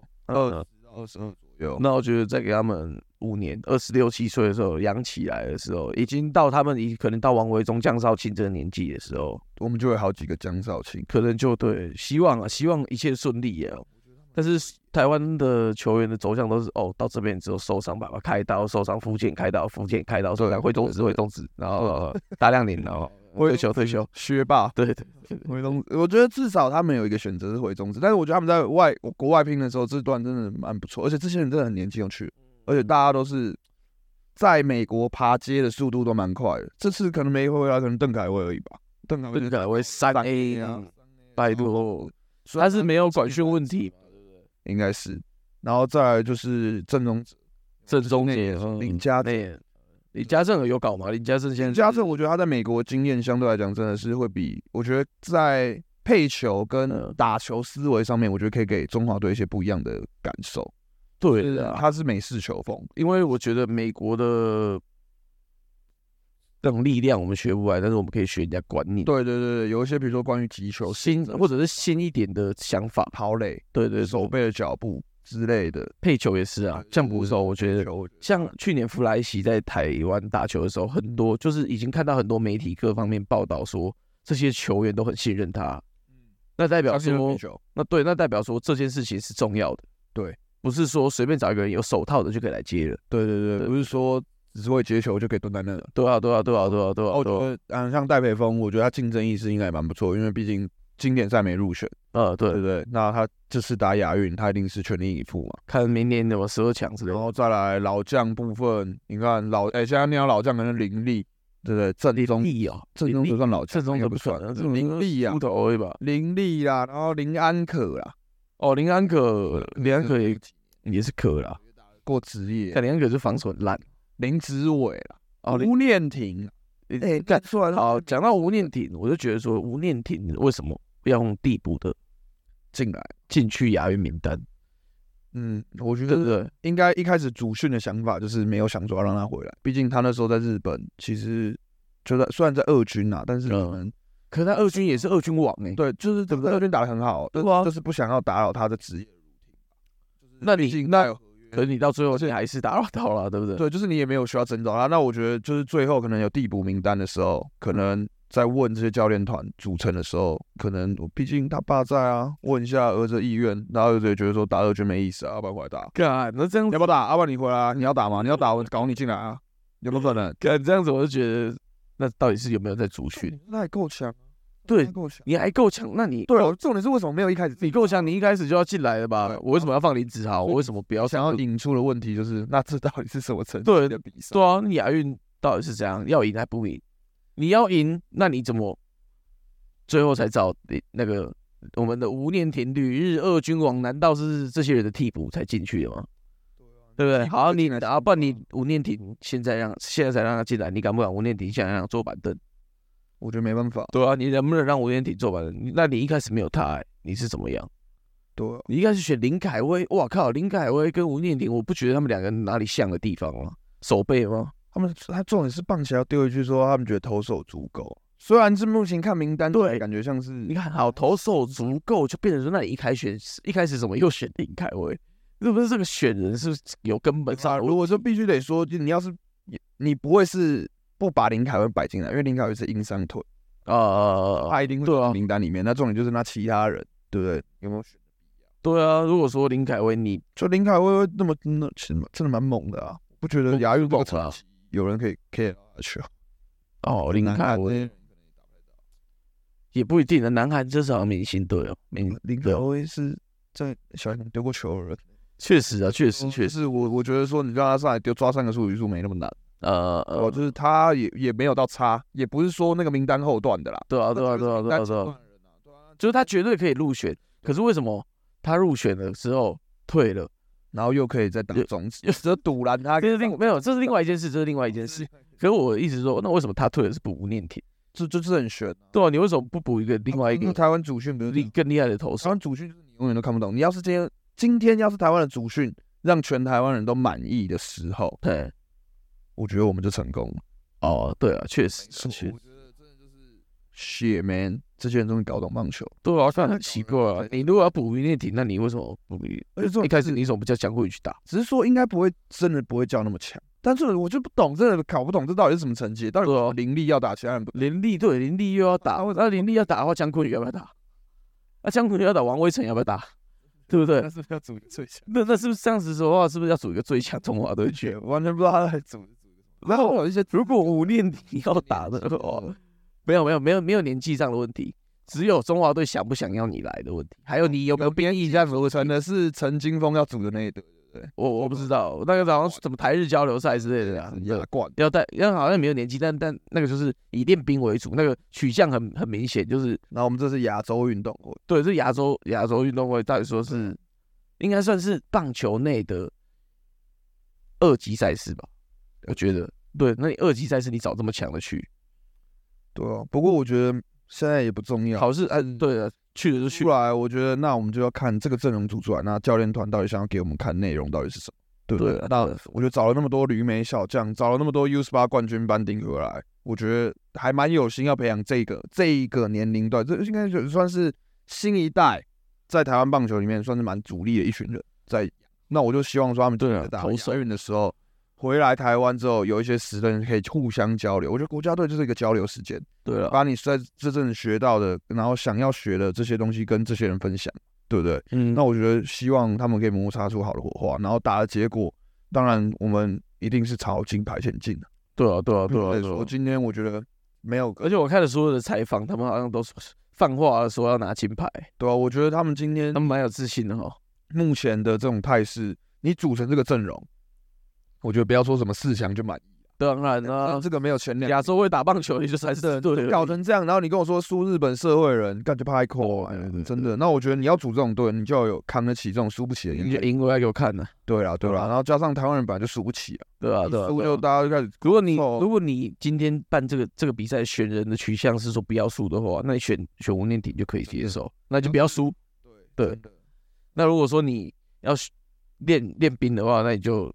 Speaker 1: 20
Speaker 2: 呃
Speaker 1: 二十二左右，
Speaker 2: 那我觉得再给他们五年，二十六七岁的时候养起来的时候，已经到他们已可能到王维忠、江少庆这个年纪的时候，
Speaker 1: 我们就有好几个江少庆。
Speaker 2: 可能就对希望啊，希望一切顺利耶、但是台湾的球员的走向都是哦，到这边之后受伤，爸爸开刀受伤，复健开刀，复健开刀受伤，会中止会中止，然后、呃大量年，然后
Speaker 1: 我
Speaker 2: 退休退休，
Speaker 1: 学霸
Speaker 2: 对对对
Speaker 1: 回中，我觉得至少他们有一个选择是回中职，但是我觉得他们在外
Speaker 2: 嗯
Speaker 1: 国外拼的时候，这段真的蛮不错，而且这些人真的很年轻有趣，而且大家都是在美国爬街的速度都蛮快的。这次可能没回来，可能邓凯威而已吧。邓凯威
Speaker 2: 对，改为三 A 啊，拜托，
Speaker 1: 所以
Speaker 2: 他是没有管训问题，
Speaker 1: 啊应该是。然后再来就是郑宗哲
Speaker 2: 正中杰、
Speaker 1: 林家正，
Speaker 2: 那李家正有搞吗？李家正现在
Speaker 1: 林家正，我觉得他在美国经验相对来讲真的是会比，我觉得在配球跟
Speaker 2: 嗯
Speaker 1: 打球思维上面，我觉得可以给中华队一些不一样的感受。
Speaker 2: 对的啊，
Speaker 1: 他是美式球风，
Speaker 2: 因为我觉得美国的这种力量我们学不来，但是我们可以学人家观念，
Speaker 1: 对对对对，有一些比如说关于击球、
Speaker 2: 新或者是新一点的想法。
Speaker 1: 跑垒、
Speaker 2: 对对，
Speaker 1: 手
Speaker 2: 手
Speaker 1: 背的脚步之类的
Speaker 2: 配球也是啊，像捕手，我觉得
Speaker 1: 球。
Speaker 2: 像去年弗莱西在台湾打球的时候，很多就是已经看到很多媒体各方面报道说这些球员都很信任他，
Speaker 1: 嗯
Speaker 2: 那代表
Speaker 1: 他是
Speaker 2: 说
Speaker 1: 配球，
Speaker 2: 那对，那代表说这件事情是重要的，
Speaker 1: 对，
Speaker 2: 不是说随便找一个人有手套的就可以来接了，
Speaker 1: 对对对，
Speaker 2: 对
Speaker 1: 不是说只会接球就可以蹲在那了。
Speaker 2: 对啊，对啊，对啊，对啊，对
Speaker 1: 哦，
Speaker 2: 啊，
Speaker 1: 我觉
Speaker 2: 对啊，
Speaker 1: 得嗯，像戴培峰，我觉得他竞争意识应该也蛮不错，因为毕竟经典赛没入选，
Speaker 2: 呃，
Speaker 1: 对
Speaker 2: 对，
Speaker 1: 不对？那他这次打亚运，他一定是全力以赴嘛。
Speaker 2: 看明年有没有十二强之类
Speaker 1: 然
Speaker 2: 的，
Speaker 1: 后再来老将部分，你看老哎，现在那样老将可能林立，对不对？郑宗
Speaker 2: 力哦，
Speaker 1: 郑宗
Speaker 2: 林
Speaker 1: 哲
Speaker 2: 立
Speaker 1: 算老将，
Speaker 2: 正宗
Speaker 1: 应
Speaker 2: 的
Speaker 1: 该
Speaker 2: 不
Speaker 1: 不
Speaker 2: 算
Speaker 1: 算
Speaker 2: 啊，这种
Speaker 1: 林立呀
Speaker 2: 出，头而已吧？
Speaker 1: 林立啦，然后林安可啦，
Speaker 2: 哦，林安可，林安可也也是可啦，
Speaker 1: 过职业
Speaker 2: 但，林安可是防守很烂
Speaker 1: 林子伟啦，
Speaker 2: 哦，林
Speaker 1: 吴念婷啦，哎，
Speaker 2: 干
Speaker 1: 干出来
Speaker 2: 好，讲到吴念挺，我就觉得说吴念挺为什么要用地补的
Speaker 1: 进来，
Speaker 2: 进去亚运名单，
Speaker 1: 嗯，我觉
Speaker 2: 对不
Speaker 1: 得
Speaker 2: 对？
Speaker 1: 应该一开始主训的想法就是没有想说要让他回来，毕竟他那时候在日本，其实就在虽然在二军啊，但是可
Speaker 2: 嗯
Speaker 1: 能
Speaker 2: 可是他二军也是二军王哎、
Speaker 1: 对，就是对不对？二军打得很好，
Speaker 2: 对啊
Speaker 1: 就是不想要打扰他的职业。
Speaker 2: 那
Speaker 1: 毕
Speaker 2: 你
Speaker 1: 竟
Speaker 2: 那
Speaker 1: 他
Speaker 2: 嗯
Speaker 1: 有
Speaker 2: 可是你到最后你还是打扰到了，对不对？
Speaker 1: 对，就是你也没有需要征召他。那我觉得就是最后可能有递补名单的时候，可能在问这些教练团组成的时候，可能我毕竟他爸在啊，问一下儿子的意愿，然后儿子也觉得说打二军没意思啊，要不然回来打，
Speaker 2: 干，那这样
Speaker 1: 你要不要打？要不然你回来啊，你要打吗？你要打我搞你进来啊，有没有可能？
Speaker 2: 干这样子，我就觉得那到底是有没有在主训？
Speaker 1: 那还够强，啊
Speaker 2: 对
Speaker 1: 还，够强。
Speaker 2: 你还够强，那你
Speaker 1: 对，我重点是为什么没有一开始自
Speaker 2: 你
Speaker 1: 己
Speaker 2: 够强，你一开始就要进来了吧
Speaker 1: 对？
Speaker 2: 我为什么要放林子豪？我为什么不要
Speaker 1: 想要引出的问题就是，那这到底是什么层
Speaker 2: 对
Speaker 1: 次的比赛？
Speaker 2: 对啊，那亚运到底是怎样？要赢还不赢？你要赢，那你怎么最后才找你那个我们的无念田旅日二军王？难道是这些人的替补才进去的吗？对不对？好，你啊，不然你吴念婷现在让现在才让他进来，你敢不敢吴念婷现在让他坐板凳？
Speaker 1: 我觉得没办法。
Speaker 2: 对啊，你能不能让吴念婷坐板凳？你那你一开始没有他、欸，你是怎么样？
Speaker 1: 对啊，
Speaker 2: 你一开始选林凯威，哇靠，林凯威跟吴念婷，我不觉得他们两个哪里像的地方吗？手背吗？
Speaker 1: 他们他重点是棒球要丢一句说他们觉得投手足够，虽然是目前看名单
Speaker 2: 对
Speaker 1: 感觉像是
Speaker 2: 你看，好投手足够，就变成说，那你一开选一开始怎么又选林凯威？是不是这个选人是有根本上
Speaker 1: 啊，
Speaker 2: 的
Speaker 1: 如
Speaker 2: 问
Speaker 1: 果说必须得说，就你要是你你不会是不把林凯威摆进来，因为林凯威是硬伤腿，
Speaker 2: 呃，
Speaker 1: 他一定会
Speaker 2: 对
Speaker 1: 在
Speaker 2: 啊
Speaker 1: 名单里面。那重点就是那其他人对不对？有没有选？
Speaker 2: 对啊，如果说林凯威你
Speaker 1: 就林凯威那么那真的真的蛮猛的啊！我不觉得亚运这个
Speaker 2: 猛
Speaker 1: 成
Speaker 2: 啊
Speaker 1: 绩有人可以可以拿得去啊
Speaker 2: 哦，林
Speaker 1: 南
Speaker 2: 凯
Speaker 1: 韩这些
Speaker 2: 威
Speaker 1: 人
Speaker 2: 也不一定啊，南韩至少有明星队哦，明
Speaker 1: 林
Speaker 2: 对
Speaker 1: 凯
Speaker 2: 哦
Speaker 1: 威是在小联盟丢过球的人，
Speaker 2: 确实啊，确实确
Speaker 1: 确
Speaker 2: 实，
Speaker 1: 实哦我我觉得说你让他上来丢抓三个数余数没那么难。
Speaker 2: 呃
Speaker 1: 哦，
Speaker 2: 呃，
Speaker 1: 就是他也也没有到差，也不是说那个名单后段的啦。
Speaker 2: 对啊对啊
Speaker 1: 那这
Speaker 2: 对
Speaker 1: 个
Speaker 2: 啊
Speaker 1: 是
Speaker 2: 对啊对
Speaker 1: 名单前段的
Speaker 2: 啊，
Speaker 1: 人啊对啊
Speaker 2: 就是他绝对可以入选，可是为什么他入选了之后退了？
Speaker 1: 然后又可以再打
Speaker 2: 有
Speaker 1: 种子，有时堵拦 他。
Speaker 2: 这是另没有，这是另外一件事，这是另外
Speaker 1: 哦
Speaker 2: 一件事。可是我一直说，那为什么他退了是补吴念婷？
Speaker 1: 这就是很悬啊。
Speaker 2: 对啊，你为什么不补一个另外一
Speaker 1: 因为
Speaker 2: 个
Speaker 1: 台湾主训不是这
Speaker 2: 厉
Speaker 1: 样
Speaker 2: 更厉害的投手
Speaker 1: 台？湾主训就是你永远都看不懂。你要是今天今天要是台湾的主训让全台湾人都满意的时候，
Speaker 2: 对，
Speaker 1: 我觉得我们就成功了。
Speaker 2: 哦，对啊，确实，确实，
Speaker 1: Shit man，这些人终于搞懂棒球。
Speaker 2: 对啊，算很奇怪啊。你如果要补余念挺，那你为什么不补余？
Speaker 1: 而且这种
Speaker 2: 一开始你怎么不叫蒋慧宇去打？
Speaker 1: 只是说应该不会真的不会叫那么强，但是我就不懂，真的搞不懂这到底是什么成绩，到底
Speaker 2: 对啊
Speaker 1: 林立要打其他人不
Speaker 2: 林立对林立又要打，那林立要打的话，姜昆宇要不要打？那姜昆宇要打王威成要不要打？对不对？
Speaker 1: 是不是要组最强？
Speaker 2: 那那是不是这样子说话？是不是要组一个最强中华队去？
Speaker 1: 完全不知道他在组。
Speaker 2: 然后有一些，如果吴念婷要打的哦，没有没有没有没有年纪上的问题，只有中华队想不想要你来的问题，还有你有没有
Speaker 1: 编译一下，组成的是陈金峰要组的那一队，对？
Speaker 2: 我我不知道，那个好像是什么台日交流赛之类的啊，
Speaker 1: 亚冠
Speaker 2: 要带，因为好像没有年纪，但但那个就是以练兵为主，那个取向很很明显，就是
Speaker 1: 然后我们这是亚洲运动会，
Speaker 2: 对，这亚洲亚洲运动会到底说
Speaker 1: 嗯
Speaker 2: 是应该算是棒球内的二级赛事吧？我觉得，对，那你二级赛事你找这么强的去，
Speaker 1: 对啊。不过我觉得现在也不重要，
Speaker 2: 考试哎，对了，去了就去
Speaker 1: 出，来我觉得那我们就要看这个阵容组出来，那教练团到底想要给我们看内容到底是什么，嗯对不
Speaker 2: 对
Speaker 1: 对？
Speaker 2: 啊
Speaker 1: 那
Speaker 2: 对啊
Speaker 1: 我觉得找了那么多旅美小将，找了那么多 U 十八冠军班丁回来，我觉得还蛮有心要培养这个这一个年龄段，这应该就算是新一代在台湾棒球里面算是蛮主力的一群人在。那我就希望说他们
Speaker 2: 对啊
Speaker 1: 在打
Speaker 2: 投手
Speaker 1: 亚运的时候回来台湾之后，有一些时段可以互相交流。我觉得国家队就是一个交流时间。
Speaker 2: 对啊了，
Speaker 1: 把你在这阵学到的，然后想要学的这些东西跟这些人分享，对不对？
Speaker 2: 嗯，
Speaker 1: 那我觉得希望他们可以摩擦出好的火花，然后打的结果，当然我们一定是朝金牌前进的。嗯
Speaker 2: 对啊，对啊，对啊，
Speaker 1: 对
Speaker 2: 对
Speaker 1: 我
Speaker 2: 啊。
Speaker 1: 今天我觉得没有，
Speaker 2: 而且我看了所有的采访，他们好像都是放话说要拿金牌，
Speaker 1: 对啊，我觉得他们今天
Speaker 2: 他们蛮有自信的哦哈。
Speaker 1: 目前的这种态势，你组成这个阵容，我觉得不要说什么四强就满意，
Speaker 2: 当然啦、
Speaker 1: 啊，这个没有前两。
Speaker 2: 亚洲会打棒球，你就三十
Speaker 1: 真的
Speaker 2: 队
Speaker 1: 搞
Speaker 2: 了。
Speaker 1: 成这样，然后你跟我说输日本社会人，感觉拍口
Speaker 2: 对对啊对，
Speaker 1: 真的。那我觉得你要组这种队，你就要有扛得起这种输不起的压力。
Speaker 2: 你就赢回来给我看呢、
Speaker 1: 对啊啦，对
Speaker 2: 对
Speaker 1: 啦，
Speaker 2: 吧
Speaker 1: 然后加上台湾人本来就输不起啊，
Speaker 2: 对啊，
Speaker 1: 一
Speaker 2: 对啊。
Speaker 1: 输
Speaker 2: 对啊
Speaker 1: 就大家就开始
Speaker 2: 如果你
Speaker 1: 哦
Speaker 2: 如果你今天办这个这个比赛选人的取向是说不要输的话，那你选选吴念挺就可以接
Speaker 1: 嗯
Speaker 2: 受，那就不要输。
Speaker 1: 对
Speaker 2: 对那如果说你要选练练兵的话，那你就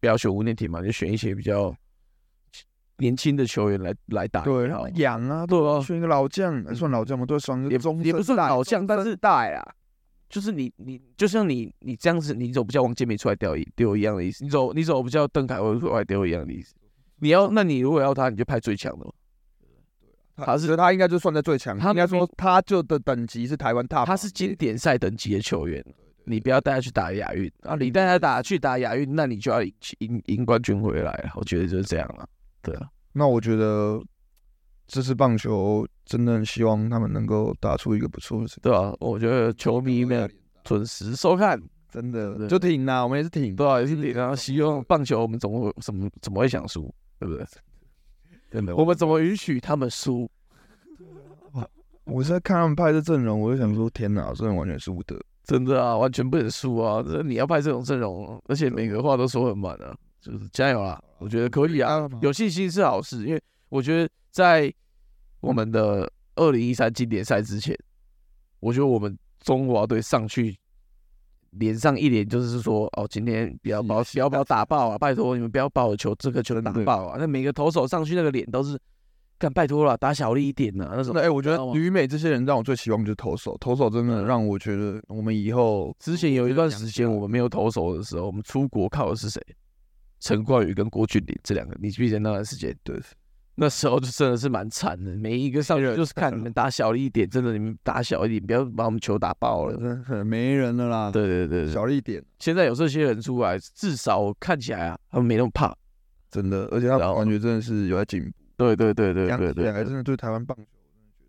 Speaker 2: 不要选吴念挺嘛，你就选一些比较年轻的球员来来打。
Speaker 1: 对，然
Speaker 2: 好
Speaker 1: 后养啊，
Speaker 2: 对啊，
Speaker 1: 选一个老将，呃算老将吗？对，算
Speaker 2: 也
Speaker 1: 个中
Speaker 2: 也不
Speaker 1: 生
Speaker 2: 算
Speaker 1: 代
Speaker 2: 老将，但是
Speaker 1: 代啊，
Speaker 2: 就是你你就像你你这样子，你走比较王建民出来丢一丢一样的意思，你走你走比较邓凯威出来丢一样的意思。你要那你如果要他，你就派最强的嘛。他是
Speaker 1: 是他应该就算在最强，
Speaker 2: 他
Speaker 1: 应该说他就的等级是台湾大，
Speaker 2: 他是经典赛等级的球员，你不要带他去打亚运啊！你带他打去打亚运，那你就要赢赢赢冠军回来了。我觉得就是这样了。对啊，
Speaker 1: 那我觉得这是棒球，真的很希望他们能够打出一个不错的成绩。
Speaker 2: 对啊，我觉得球迷们准时收看，
Speaker 1: 真的
Speaker 2: 对
Speaker 1: 就挺啦，我们也是挺。
Speaker 2: 对啊，也是你然后希望棒球我们怎么会怎么怎么会想输，对不对？
Speaker 1: 真的
Speaker 2: 我们怎么允许他们输？
Speaker 1: 我是在看他们派的阵容，我就想说，天哪，真的完全输不得。
Speaker 2: 真的啊，完全不能输啊！这你要派这种阵容，而且每个话都说很满啊，就是加油啦！我觉得可以啊，有信心是好事，因为我觉得在我们的二零一三经典赛之前，我觉得我们中华队上去脸上一脸就是说，哦，今天不要把我
Speaker 1: 是
Speaker 2: 不要把我打爆啊！拜托你们不要把我球这个球打爆啊！那每个投手上去那个脸都是，干拜托了，打小力一点呐、啊，那种
Speaker 1: 那哎、我觉
Speaker 2: 知道
Speaker 1: 得
Speaker 2: 吗
Speaker 1: 旅美这些人让我最希望就是投手，投手真的让我觉得我们以后
Speaker 2: 之前有一段时
Speaker 1: 啊
Speaker 2: 间我们没有投手的时候，我们出国靠的是谁？陈冠宇跟郭俊霖这两个，你记不记得那段时间？
Speaker 1: 对
Speaker 2: 那时候就真的是蛮惨的，每一个上去就是看你们打小力一点，真的你们打小一点，不要把我们球打爆 了。
Speaker 1: 真的没人了啦，
Speaker 2: 对对对，对
Speaker 1: 小了一点，
Speaker 2: 现在有这些人出来，至少看起来啊，他们没那么怕。
Speaker 1: 真的，而且他
Speaker 2: 然后
Speaker 1: 感觉真的是有在进步，
Speaker 2: 对对对对对
Speaker 1: 两个
Speaker 2: 对，
Speaker 1: 真的对台湾棒球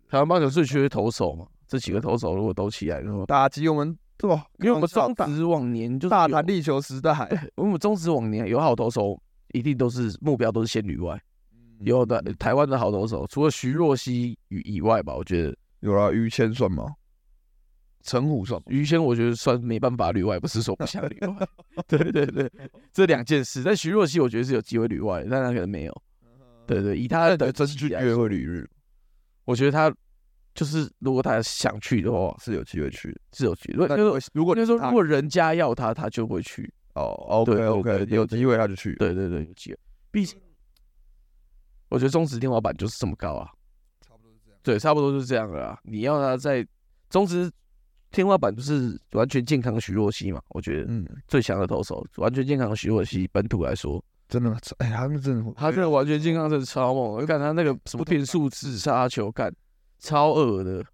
Speaker 2: 台湾棒球最缺投手嘛，这几个投手如果都起来的话，
Speaker 1: 打击，我们对吧？
Speaker 2: 因为我们中
Speaker 1: 大
Speaker 2: 职往年就是
Speaker 1: 大
Speaker 2: 有
Speaker 1: 谈力球时代，
Speaker 2: 我们中职往年有好投手，一定都是目标都是仙女外。
Speaker 1: 嗯
Speaker 2: 有的台湾的好投手，除了徐若曦以以外吧，我觉得
Speaker 1: 有啦，于谦算吗？陈虎算吗？
Speaker 2: 于谦，我觉得算没办法旅外，不是说不想旅 外。对对对，这两件事。但徐若曦，我觉得是有机会旅外，但他可能没有。对对，以他的
Speaker 1: 真
Speaker 2: 去
Speaker 1: 去约会旅日
Speaker 2: 我觉得他就是如果他想去的话，
Speaker 1: 是有机会去的，
Speaker 2: 是有机会。
Speaker 1: 那
Speaker 2: 因为
Speaker 1: 如果
Speaker 2: 应该说，
Speaker 1: 他
Speaker 2: 如果人家要他，他就会去。
Speaker 1: 哦，OK
Speaker 2: 对
Speaker 1: OK，
Speaker 2: 对对
Speaker 1: 有机会他就去，
Speaker 2: 对对对，有机会。毕竟，
Speaker 1: 嗯
Speaker 2: 我觉得中职天花板就是这么高啊。
Speaker 1: 差不多是这样。
Speaker 2: 对，差不多就是这样了啦。啊你要他在中职天花板就是完全健康的徐若曦嘛，我觉得
Speaker 1: 嗯，
Speaker 2: 最强的投手，完全健康的徐若曦，本土来说，
Speaker 1: 真的，哎，他们真的，
Speaker 2: 他这个完全健康真的超猛，我看他那个什么变速自杀球干，超恶的，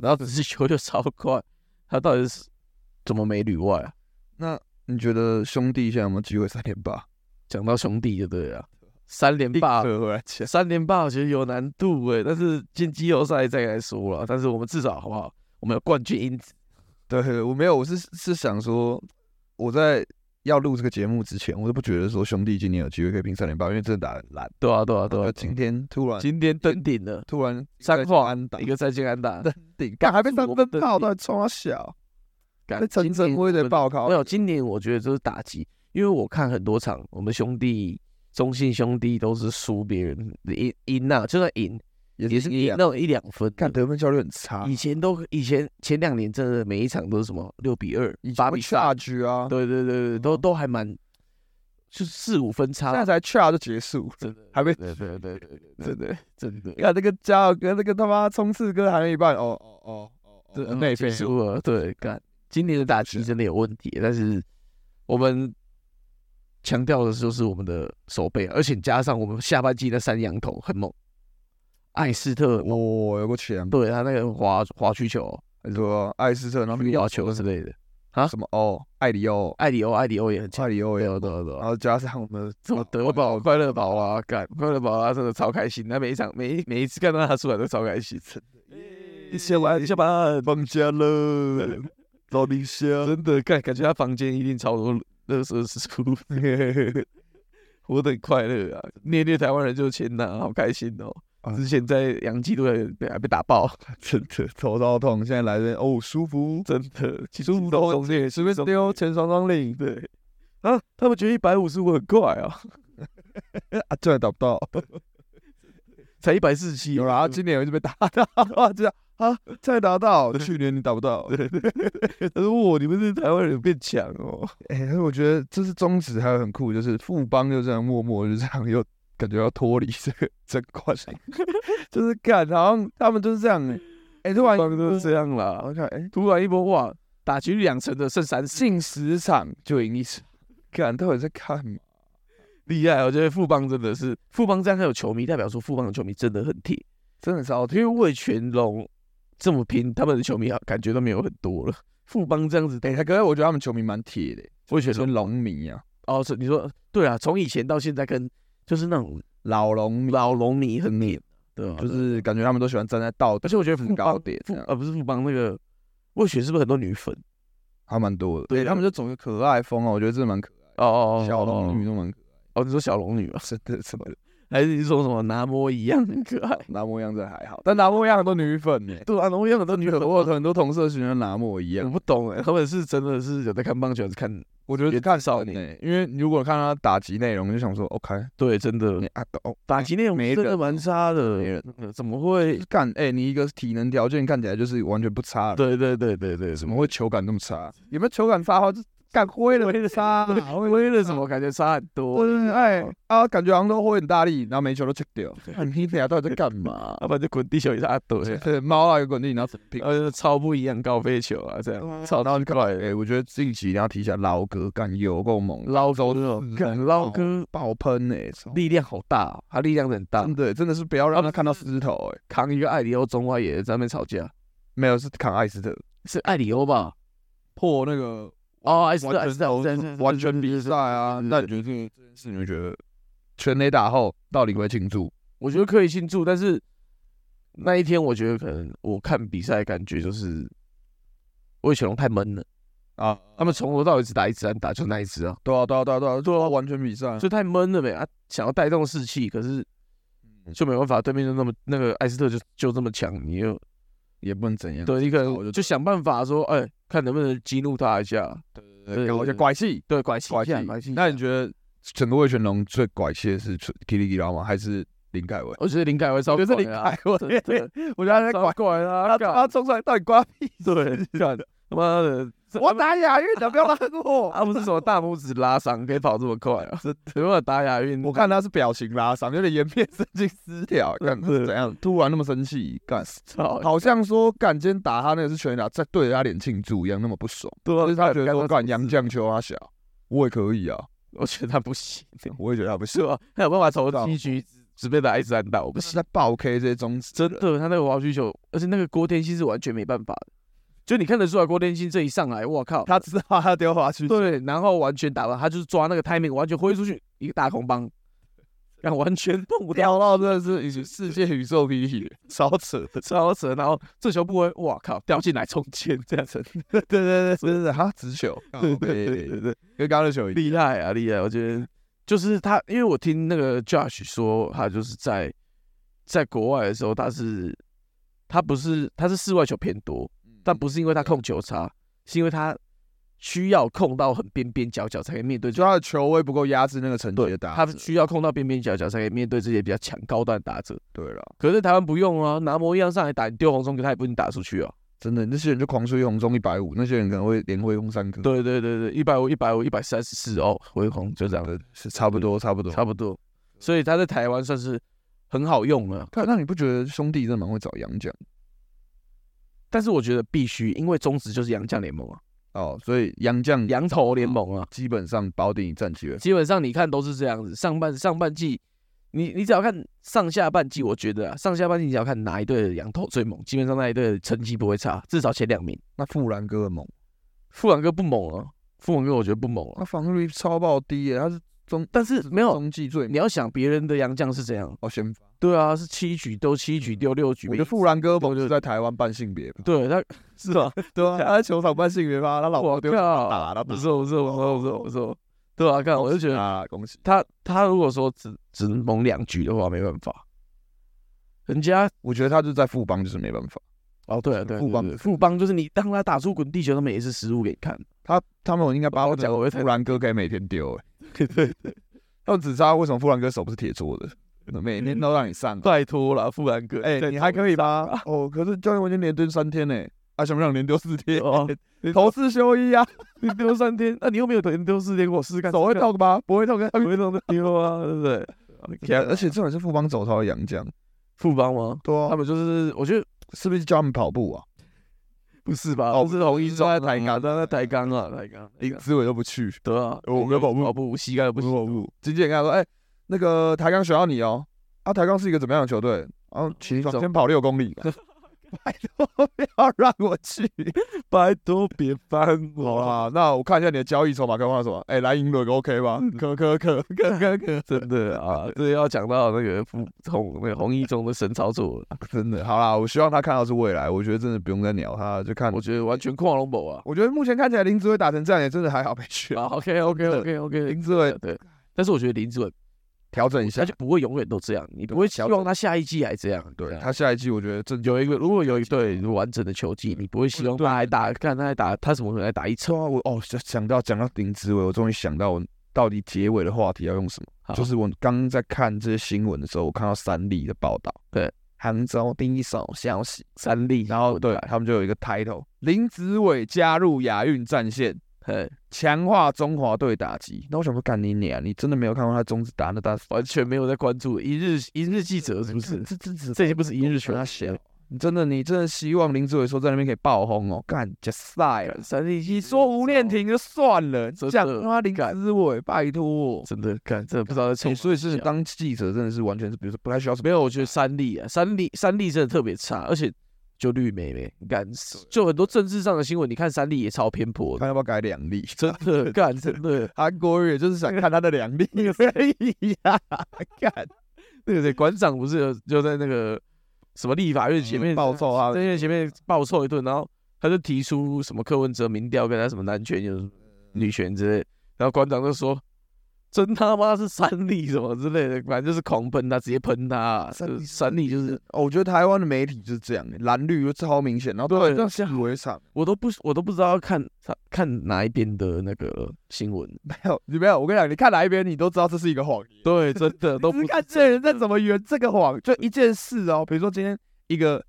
Speaker 2: 然后只是球就超快，他到底是怎么没旅外啊？
Speaker 1: 那你觉得兄弟现在有没有机会三连霸？
Speaker 2: 讲到兄弟就对了啊，三连霸。
Speaker 1: 扯回来前，
Speaker 2: 三连霸我觉得有难度诶、但是进季后赛再来说了。但是我们至少好不好？我们有冠军因子，
Speaker 1: 对我没有，我是是想说，我在要录这个节目之前，我都不觉得说兄弟今年有机会可以拼三连霸，因为真的打得很烂。
Speaker 2: 对啊，对啊，对啊
Speaker 1: 呃，，今天突然
Speaker 2: 今天登顶了，
Speaker 1: 突然
Speaker 2: 三
Speaker 1: 晃
Speaker 2: 晃
Speaker 1: 安打
Speaker 2: 一个再见 安打，
Speaker 1: 登顶，干还被三分
Speaker 2: 登
Speaker 1: 炮，
Speaker 2: 顶
Speaker 1: 到底冲他小，
Speaker 2: 干
Speaker 1: 被陈晨威的爆靠
Speaker 2: 没。有，今年我觉得就是打击，因为我看很多场，我们兄弟中信兄弟都是输别人赢赢啊，就算赢
Speaker 1: 也
Speaker 2: 也是
Speaker 1: 一
Speaker 2: 赢
Speaker 1: 样
Speaker 2: 那种一两分的。
Speaker 1: 干得分啊效率很差，
Speaker 2: 以前都以前前两年真的每一场都是什么六比二
Speaker 1: 以、前
Speaker 2: 八
Speaker 1: 会
Speaker 2: 比三，
Speaker 1: 局啊，
Speaker 2: 对对对对，都都还蛮就是四五分
Speaker 1: 现
Speaker 2: 差
Speaker 1: 在，才 charge 就结束了，
Speaker 2: 真的。
Speaker 1: 还被
Speaker 2: 对对对对对对
Speaker 1: 真的，
Speaker 2: 真的，
Speaker 1: 看那个加尔跟那个他妈冲刺哥喊了一半，哦哦哦哦哦，
Speaker 2: 对，
Speaker 1: 内飞
Speaker 2: 输了，对，干，今年的打击真的有问题，但是我们强调的就是我们的手背，而且加上我们下半季那三羊头很猛，艾斯特，
Speaker 1: 哦，有个钱，
Speaker 2: 对他那个滑滑曲球、
Speaker 1: 你说艾斯特，然后
Speaker 2: 滑球之类的，
Speaker 1: 什么哦，艾里欧，
Speaker 2: 艾里欧，艾里欧也很强，
Speaker 1: 艾里欧
Speaker 2: 对啊
Speaker 1: 也，
Speaker 2: 对对
Speaker 1: 然
Speaker 2: 对。
Speaker 1: 后加上我们
Speaker 2: 什么德宝、快乐宝啊，干快乐宝啊，真的超开心！那每一场、每一每一次看到他出来都超开心，真的。下班，下班，
Speaker 1: 放假了，老林 虾，
Speaker 2: 真的，感感觉他房间一定超多垃圾食物， 活得很快乐啊！虐虐台湾人就是钱呐，好开心哦！
Speaker 1: 啊
Speaker 2: 之前在洋基队被被打爆，
Speaker 1: 真的头超痛，现在来这哦舒服，
Speaker 2: 真的，其
Speaker 1: 轻
Speaker 2: 实
Speaker 1: 松
Speaker 2: 都中介随便丢钱爽爽领，对啊，他们觉得一百五十五很怪啊，
Speaker 1: 啊，这还打不到，
Speaker 2: 才一百四十七， 啊
Speaker 1: 有啦，今年我就被打到， 啊，这样啊，这还打到，去年你打不到，
Speaker 2: 他说哇，你们是台湾人变强哦，
Speaker 1: 哎、但是我觉得这是宗旨，还有很酷，就是富邦就这样默默就这样又感觉要脱离这个争冠， 就是干，好像他们就是这样、欸，哎、突然
Speaker 2: 不然就是这样啦，
Speaker 1: 我看，哎、
Speaker 2: 突然一波哇，打局两成的剩三四，
Speaker 1: 进十场就赢一场，干到底在干嘛？
Speaker 2: 厉害！我觉得富邦真的是富邦这样还有球迷，代表说富邦的球迷真的很铁。
Speaker 1: 真的是好
Speaker 2: 因为魏全龙这么拼，他们的球迷啊感觉都没有很多了。富邦这样子，
Speaker 1: 哎、他可是我觉得他们球迷蛮铁的、
Speaker 2: 魏全
Speaker 1: 欸，
Speaker 2: 龙
Speaker 1: 跟龙迷啊，
Speaker 2: 哦，是你说对啊，从以前到现在跟就是那种
Speaker 1: 老龙迷，
Speaker 2: 老龙迷很黏，对啊，
Speaker 1: 就
Speaker 2: 对啊，
Speaker 1: 是感觉他们都喜欢站在道
Speaker 2: 而
Speaker 1: 德，
Speaker 2: 且我觉得富
Speaker 1: 很高
Speaker 2: 邦
Speaker 1: 点啊
Speaker 2: 富
Speaker 1: 这样
Speaker 2: 呃不是富邦那个魏全是不是很多女粉？
Speaker 1: 还蛮多的，
Speaker 2: 对
Speaker 1: 对、他们就走个可爱风啊，我觉得这蛮可
Speaker 2: 哦哦
Speaker 1: 爱，
Speaker 2: 哦，
Speaker 1: 小龙
Speaker 2: 哦
Speaker 1: 女都蛮可
Speaker 2: 哦，你说小龙女啊，
Speaker 1: 爱，真的真的，
Speaker 2: 还是你说什么拿摩一样很可爱？
Speaker 1: 拿莫样子还好，但拿莫样很多女粉呢、
Speaker 2: 对啊，拿摩一样很多女粉，
Speaker 1: 我有
Speaker 2: 我
Speaker 1: 很多同社群跟拿莫一
Speaker 2: 我
Speaker 1: 样，
Speaker 2: 不懂哎，他们是真的是有在看棒球，还是看
Speaker 1: 我觉得
Speaker 2: 原
Speaker 1: 看
Speaker 2: 少
Speaker 1: 人
Speaker 2: 年
Speaker 1: 欸因为你如果看他打击内容，你就想说 OK，
Speaker 2: 对，真的
Speaker 1: 你啊哦
Speaker 2: 打击内容
Speaker 1: 没
Speaker 2: 真的
Speaker 1: 人
Speaker 2: 蛮差的，嗯怎么会？
Speaker 1: 干哎、你一个体能条件看起来就是完全不差的，
Speaker 2: 对对对对 对，什
Speaker 1: 怎么会球感那么差？有没有球感差的话，就干挥了挥了差啊，挥
Speaker 2: 威了什么感觉差很多
Speaker 1: 我？就是哎啊，感觉好像都挥很大力，然后每球都 check 掉，看 你俩到底在干嘛？
Speaker 2: 要不然就滚地球一大堆啊，
Speaker 1: 对，猫啊有滚地，然后平。
Speaker 2: 然后就呃超不一样高飞球啊，这样超
Speaker 1: 然后你看，哎、我觉得近期一定要提一下老哥，干有够猛，
Speaker 2: 捞走那
Speaker 1: 干
Speaker 2: 种，捞哥
Speaker 1: 爆喷哎、操
Speaker 2: 力量好大哦，他力量很大
Speaker 1: 真，的真的是不要让他看到石头哎、
Speaker 2: 扛一个艾里欧中外野在那边吵架，
Speaker 1: 没有是扛艾斯特
Speaker 2: 是艾里欧吧？
Speaker 1: 破那个
Speaker 2: 哦，艾斯特，艾
Speaker 1: 完
Speaker 2: 斯特，艾斯特
Speaker 1: 全完全比赛啊。那你觉得这个这件事，你会觉得全垒打后到底会不会庆祝？
Speaker 2: 我觉得可以庆祝，但是那一天我觉得可能我看比赛感觉就是魏雪龙太闷了，
Speaker 1: 啊，
Speaker 2: 他们从头到尾只打一支安打，就那一支啊，
Speaker 1: 对啊，对啊，对啊，对啊，对啊，完全比赛啊，
Speaker 2: 就太闷了呗啊，想要带动士气，可是
Speaker 1: 嗯
Speaker 2: 就没办法，对面就那么那个艾斯特就就这么强，你又
Speaker 1: 也不能怎样，
Speaker 2: 对你可
Speaker 1: 我就
Speaker 2: 能嗯就想办法说，哎，看能不能激怒他一下，
Speaker 1: 对
Speaker 2: 对
Speaker 1: 呃搞一些
Speaker 2: 对
Speaker 1: 拐气，
Speaker 2: 对，拐气
Speaker 1: 拐
Speaker 2: 一
Speaker 1: 气
Speaker 2: 下，拐气一下。
Speaker 1: 那你觉得整个魏全龙最拐气的是 k i l i 拉吗？还是林凯文？
Speaker 2: 我觉得林凯威稍
Speaker 1: 我
Speaker 2: 微
Speaker 1: 觉得
Speaker 2: 拐
Speaker 1: 林
Speaker 2: 啦，
Speaker 1: 凯 文，我觉得他在拐
Speaker 2: 超拐
Speaker 1: 他他
Speaker 2: 啦，干
Speaker 1: 冲上来到底关屁事？
Speaker 2: 对，干他妈的，这
Speaker 1: 我打啊亚运的，不要拉 我。
Speaker 2: 他不是什么大拇指拉伤可以跑这么快 啊？
Speaker 1: 真
Speaker 2: 没办法打亚运，
Speaker 1: 我看他是表情拉伤，有点颜面神经失调，干
Speaker 2: 真的
Speaker 1: 怎样？突然那么生气，干
Speaker 2: 操，
Speaker 1: 好像说干今天打他那个是全垒打，在对着他脸庆祝一样，那么不爽。
Speaker 2: 对啊
Speaker 1: 就是他觉得
Speaker 2: 干
Speaker 1: 说
Speaker 2: 他什么
Speaker 1: 干杨
Speaker 2: 事
Speaker 1: 绛秋他小，我也可以啊，
Speaker 2: 我觉得他不行，
Speaker 1: 我也觉得他不
Speaker 2: 是
Speaker 1: 是，
Speaker 2: 吧？他有办法从
Speaker 1: 知道
Speaker 2: 七局只被打一支安打，我不
Speaker 1: 不
Speaker 2: 行
Speaker 1: 是。在爆 K 这些中指，
Speaker 2: 真的，他那个滑球球，而且那个郭天心是完全没办法的，就你看得出来，郭天心这一上来，我靠，
Speaker 1: 他知道他丢滑去，
Speaker 2: 对，然后完全打完，他就是抓那个 timing，完全挥出去一个大空帮，但完全碰不到，
Speaker 1: 屌到真的是已经
Speaker 2: 世界宇宙第一，
Speaker 1: 超扯的，
Speaker 2: 超扯。然后这球不会，哇靠，掉进来中间这样 子，
Speaker 1: 对对对，真的哈直球，
Speaker 2: 对对对对
Speaker 1: 哦对，跟刚刚的球一样，
Speaker 2: 厉害啊，厉害！我觉得就是他，因为我听那个 Josh 说，他就是在在国外的时候，他是他不是他是室外球偏多，
Speaker 1: 嗯
Speaker 2: 但不是因为他控球差，是因为他需要控到很边边角角才可以面对
Speaker 1: 就他的球位不够压制那个成绩的打，
Speaker 2: 他需要控到边边角角才可以面对这些比较强高端的打者。
Speaker 1: 对了，
Speaker 2: 可是台湾不用啊，拿模一样上来打，你丢红中给他也不一定打出去啊。
Speaker 1: 真的那些人就狂吹红中一百五，那些人可能会连挥轰三个，
Speaker 2: 对对对对，一百五、一百五、一百三十四哦，回红就这样，
Speaker 1: 对，是差不嗯多差不多。
Speaker 2: 差不多。所以他在台湾算是很好用啊了，
Speaker 1: 看，那你不觉得兄弟真的蛮会找洋将
Speaker 2: 但是我觉得必须，因为中职就是洋将联盟啊，
Speaker 1: 哦？所以洋将
Speaker 2: 洋头联盟啊，
Speaker 1: 基本上保底战绩了，
Speaker 2: 基本上你看都是这样子。上半上半季，你你只要看上下半季，我觉得啊，上下半季你只要看哪一队的羊头最猛，基本上那一队的成绩不会差，至少前两名。
Speaker 1: 那富兰哥很猛，
Speaker 2: 富兰哥不猛啊，富兰哥我觉得不猛
Speaker 1: 他
Speaker 2: 啊，
Speaker 1: 防御率超爆低耶，他是
Speaker 2: 但是没有，
Speaker 1: 中继最
Speaker 2: 你要想别人的洋将是怎样，
Speaker 1: 哦先发。
Speaker 2: 对啊，是七局丢七局丢六局，
Speaker 1: 我觉得富兰哥猛就是在台湾办性别吧，
Speaker 2: 对他 是吧？
Speaker 1: 对啊，他在球场办性别吧，他老婆
Speaker 2: 我
Speaker 1: 丢
Speaker 2: 靠，
Speaker 1: 打他
Speaker 2: 不
Speaker 1: 不是
Speaker 2: 错不错不错不错不错，对啊，看我就觉得
Speaker 1: 啊，恭喜！
Speaker 2: 他他如果说只只能猛两局的话，没办法，人家
Speaker 1: 我觉得他就在富邦，就是没办法，
Speaker 2: 哦对啊对啊，
Speaker 1: 富邦
Speaker 2: 对对对富邦就是你当他打出滚地球，他们也是失误给你看，
Speaker 1: 他他们应该把
Speaker 2: 我
Speaker 1: 我
Speaker 2: 讲我会太
Speaker 1: 富兰哥可以每天丢，哎，对对对，他们只知道为什么富兰哥手不是铁做的，每天都让你 上，
Speaker 2: 拜托了富兰哥，
Speaker 1: 哎，你还可以吧？哦，可是教练我已经连蹲三天呢，啊，想不想连丢四天？
Speaker 2: 哦，
Speaker 1: 头次休一啊，
Speaker 2: 你丢三天，那你又没有等丢四天，我试试看，
Speaker 1: 手会痛吗？不会痛，
Speaker 2: 不会痛的丢啊，对不对？
Speaker 1: 而且这种是富邦走超的洋将，
Speaker 2: 富邦吗？
Speaker 1: 对
Speaker 2: 他
Speaker 1: 啊，
Speaker 2: 们就是我觉得
Speaker 1: 是不是教他们跑步啊？
Speaker 2: 不是吧？
Speaker 1: 哦
Speaker 2: 不是红衣装
Speaker 1: 在台钢
Speaker 2: 在在台钢啊，台钢，
Speaker 1: 林志伟都不去，
Speaker 2: 对啊，
Speaker 1: 我没有跑步
Speaker 2: 跑步膝盖不行，
Speaker 1: 不不，经纪人跟他说：“哎、那个台钢选到你哦。”啊，台钢是一个怎么样的球队？然后请你
Speaker 2: 走
Speaker 1: 先跑六公里 吧。拜托，不要让我去。
Speaker 2: 拜托别烦
Speaker 1: 好
Speaker 2: 我啦，
Speaker 1: 啦，那我看一下你的交易筹码，跟我换什么？哎、来银轮 OK 吧？
Speaker 2: 嗯
Speaker 1: 可可可可可可，
Speaker 2: 真的啊，这要讲到那个富红那个红一中的神操作了，
Speaker 1: 真的好啦。我希望他看到是未来，我觉得真的不用再鸟他，就看
Speaker 2: 我。觉得完全跨龙博啊。
Speaker 1: 我觉得目前看起来林志伟打成这样也真的还好被选。
Speaker 2: 啊，OK OK
Speaker 1: 真的
Speaker 2: OK OK，
Speaker 1: 林志伟
Speaker 2: 对。但是我觉得林志伟
Speaker 1: 调整一下
Speaker 2: 他，就不会永远都这样，你不会希望他下一季还这样。
Speaker 1: 对
Speaker 2: 啊
Speaker 1: 他下一季我觉得正
Speaker 2: 有一个如果有一对完整的球技，你不会希望他还打，看他还打，他怎么可能还打一场？
Speaker 1: 对啊，我哦想想到讲到林志伟，我终于想到我到底结尾的话题要用什
Speaker 2: 好
Speaker 1: 么。就是我刚在看这些新闻的时候，我看到三立的报道，
Speaker 2: 对
Speaker 1: 杭州第一手消息，
Speaker 2: 三粒，
Speaker 1: 然后对他们就有一个 title：林子伟加入亚运战线，
Speaker 2: 嘿，
Speaker 1: 强化中华队打击。那我想说，干你娘！你真的没有看过他中指打那大
Speaker 2: 完全没有在关注一日一日记者是不是？
Speaker 1: 这这这
Speaker 2: 这些不是一日球
Speaker 1: 他写 了。你真的，你真的希望林志伟说在那边可以爆红哦？干，假赛了！
Speaker 2: 三粒，
Speaker 1: 你说吴念婷就算了，
Speaker 2: 真的
Speaker 1: 讲他妈林
Speaker 2: 干
Speaker 1: 志伟，拜托。哦
Speaker 2: 真的看，真的不知道在
Speaker 1: 欸
Speaker 2: 冲什么
Speaker 1: 所以是
Speaker 2: 笑
Speaker 1: 当记者真的是完全是，比如说不太需要什么
Speaker 2: 没有，我觉得三立啊，三立三立真的特别差，而且就绿媒没你看，就很多政治上的新闻，你看三立也超偏颇
Speaker 1: 看
Speaker 2: 的，
Speaker 1: 要不要改两例。
Speaker 2: 真的干真 的，
Speaker 1: 韩国瑜也就是想看他的两例 而已呀、看
Speaker 2: 对对对，馆长不是有就在那个什么立法院前面
Speaker 1: 暴躁啊
Speaker 2: 在，院前面暴臭一顿，然后他就提出什么柯文哲民调跟他什么男权有
Speaker 1: 嗯
Speaker 2: 什么女权之类，然后馆长就说。真他妈是三立什么之类的，反正就是狂喷他，直接喷他。啊
Speaker 1: 三
Speaker 2: 就是
Speaker 1: 立
Speaker 2: 三立就是
Speaker 1: 哦，我觉得台湾的媒体就是这样，欸蓝绿就超明显，然后
Speaker 2: 对
Speaker 1: 这样习以为 常。
Speaker 2: 我都不我都不知道要看他看哪一边的那个新闻，
Speaker 1: 没有，你没有，我跟你讲，你看哪一边，你都知道这是一个谎言。
Speaker 2: 对，真 的都
Speaker 1: 只
Speaker 2: 不嗯
Speaker 1: 是
Speaker 2: 是
Speaker 1: 看这人在怎么圆这个谎，就一件事哦，比如说今天一个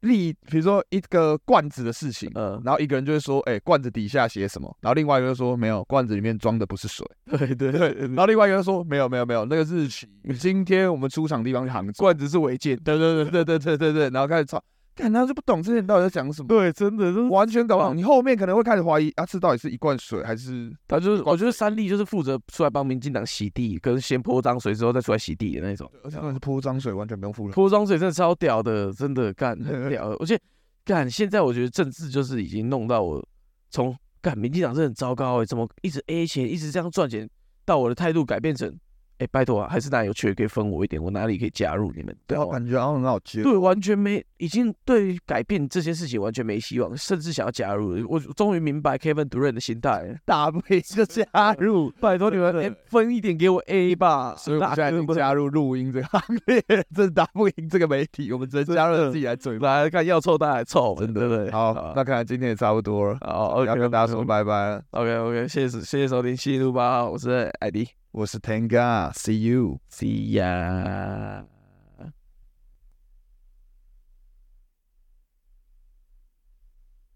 Speaker 1: 例，比如说一个罐子的事情，
Speaker 2: 嗯，
Speaker 1: 然后一个人就会说，哎、罐子底下写什么，然后另外一个就说没有，罐子里面装的不是水。
Speaker 2: 对对
Speaker 1: 对， 然后另外一个人说没有没有没有，那个日期，今天我们出场的地方是杭州，
Speaker 2: 罐子是违建，
Speaker 1: 对对对对对对对对，然后开始吵，看他就不懂这些人到底在讲什么，
Speaker 2: 对，真的都
Speaker 1: 完全搞不懂。你后面可能会开始怀疑啊，这到底是一罐水还是
Speaker 2: 他就是，我觉得三立就是负责出来帮民进党洗地，跟先泼脏水之后再出来洗地的那种，
Speaker 1: 而且那是泼脏水，完全不用 负责。
Speaker 2: 泼脏水真的超屌的，真的干很屌的，而且干现在我觉得政治就是已经弄到我从欸干民进党真的很糟糕哎、怎么一直 A 钱，一直这样赚钱，到我的态度改变成，哎、哎，拜托啊，还是哪有缺可以分我一点，我哪里可以加入你们？
Speaker 1: 对
Speaker 2: 对啊
Speaker 1: 啊，，感觉好像很好接。
Speaker 2: 对，完全没，已经对改变这件事情完全没希望，甚至想要加入了。我终于明白 Kevin Durant 的心态了。
Speaker 1: 打不赢就加入，
Speaker 2: 啊拜托你们，
Speaker 1: 对
Speaker 2: 哎，分一点给我 A 吧。
Speaker 1: 所以我们
Speaker 2: 大
Speaker 1: 现在已
Speaker 2: 哥
Speaker 1: 经
Speaker 2: 不
Speaker 1: 加入录音这个行列，真的打不赢这个媒体，我们只能加入自己来嘴巴。
Speaker 2: 来看要臭大还臭，对不对？
Speaker 1: 好，那看来今天也差不多了，
Speaker 2: 好
Speaker 1: 要
Speaker 2: ，OK，
Speaker 1: 跟大家说拜拜了。
Speaker 2: OK OK，谢谢谢谢收听《西路八号》，我是艾迪
Speaker 1: 我是 Tenga，See you。啊
Speaker 2: ，See ya。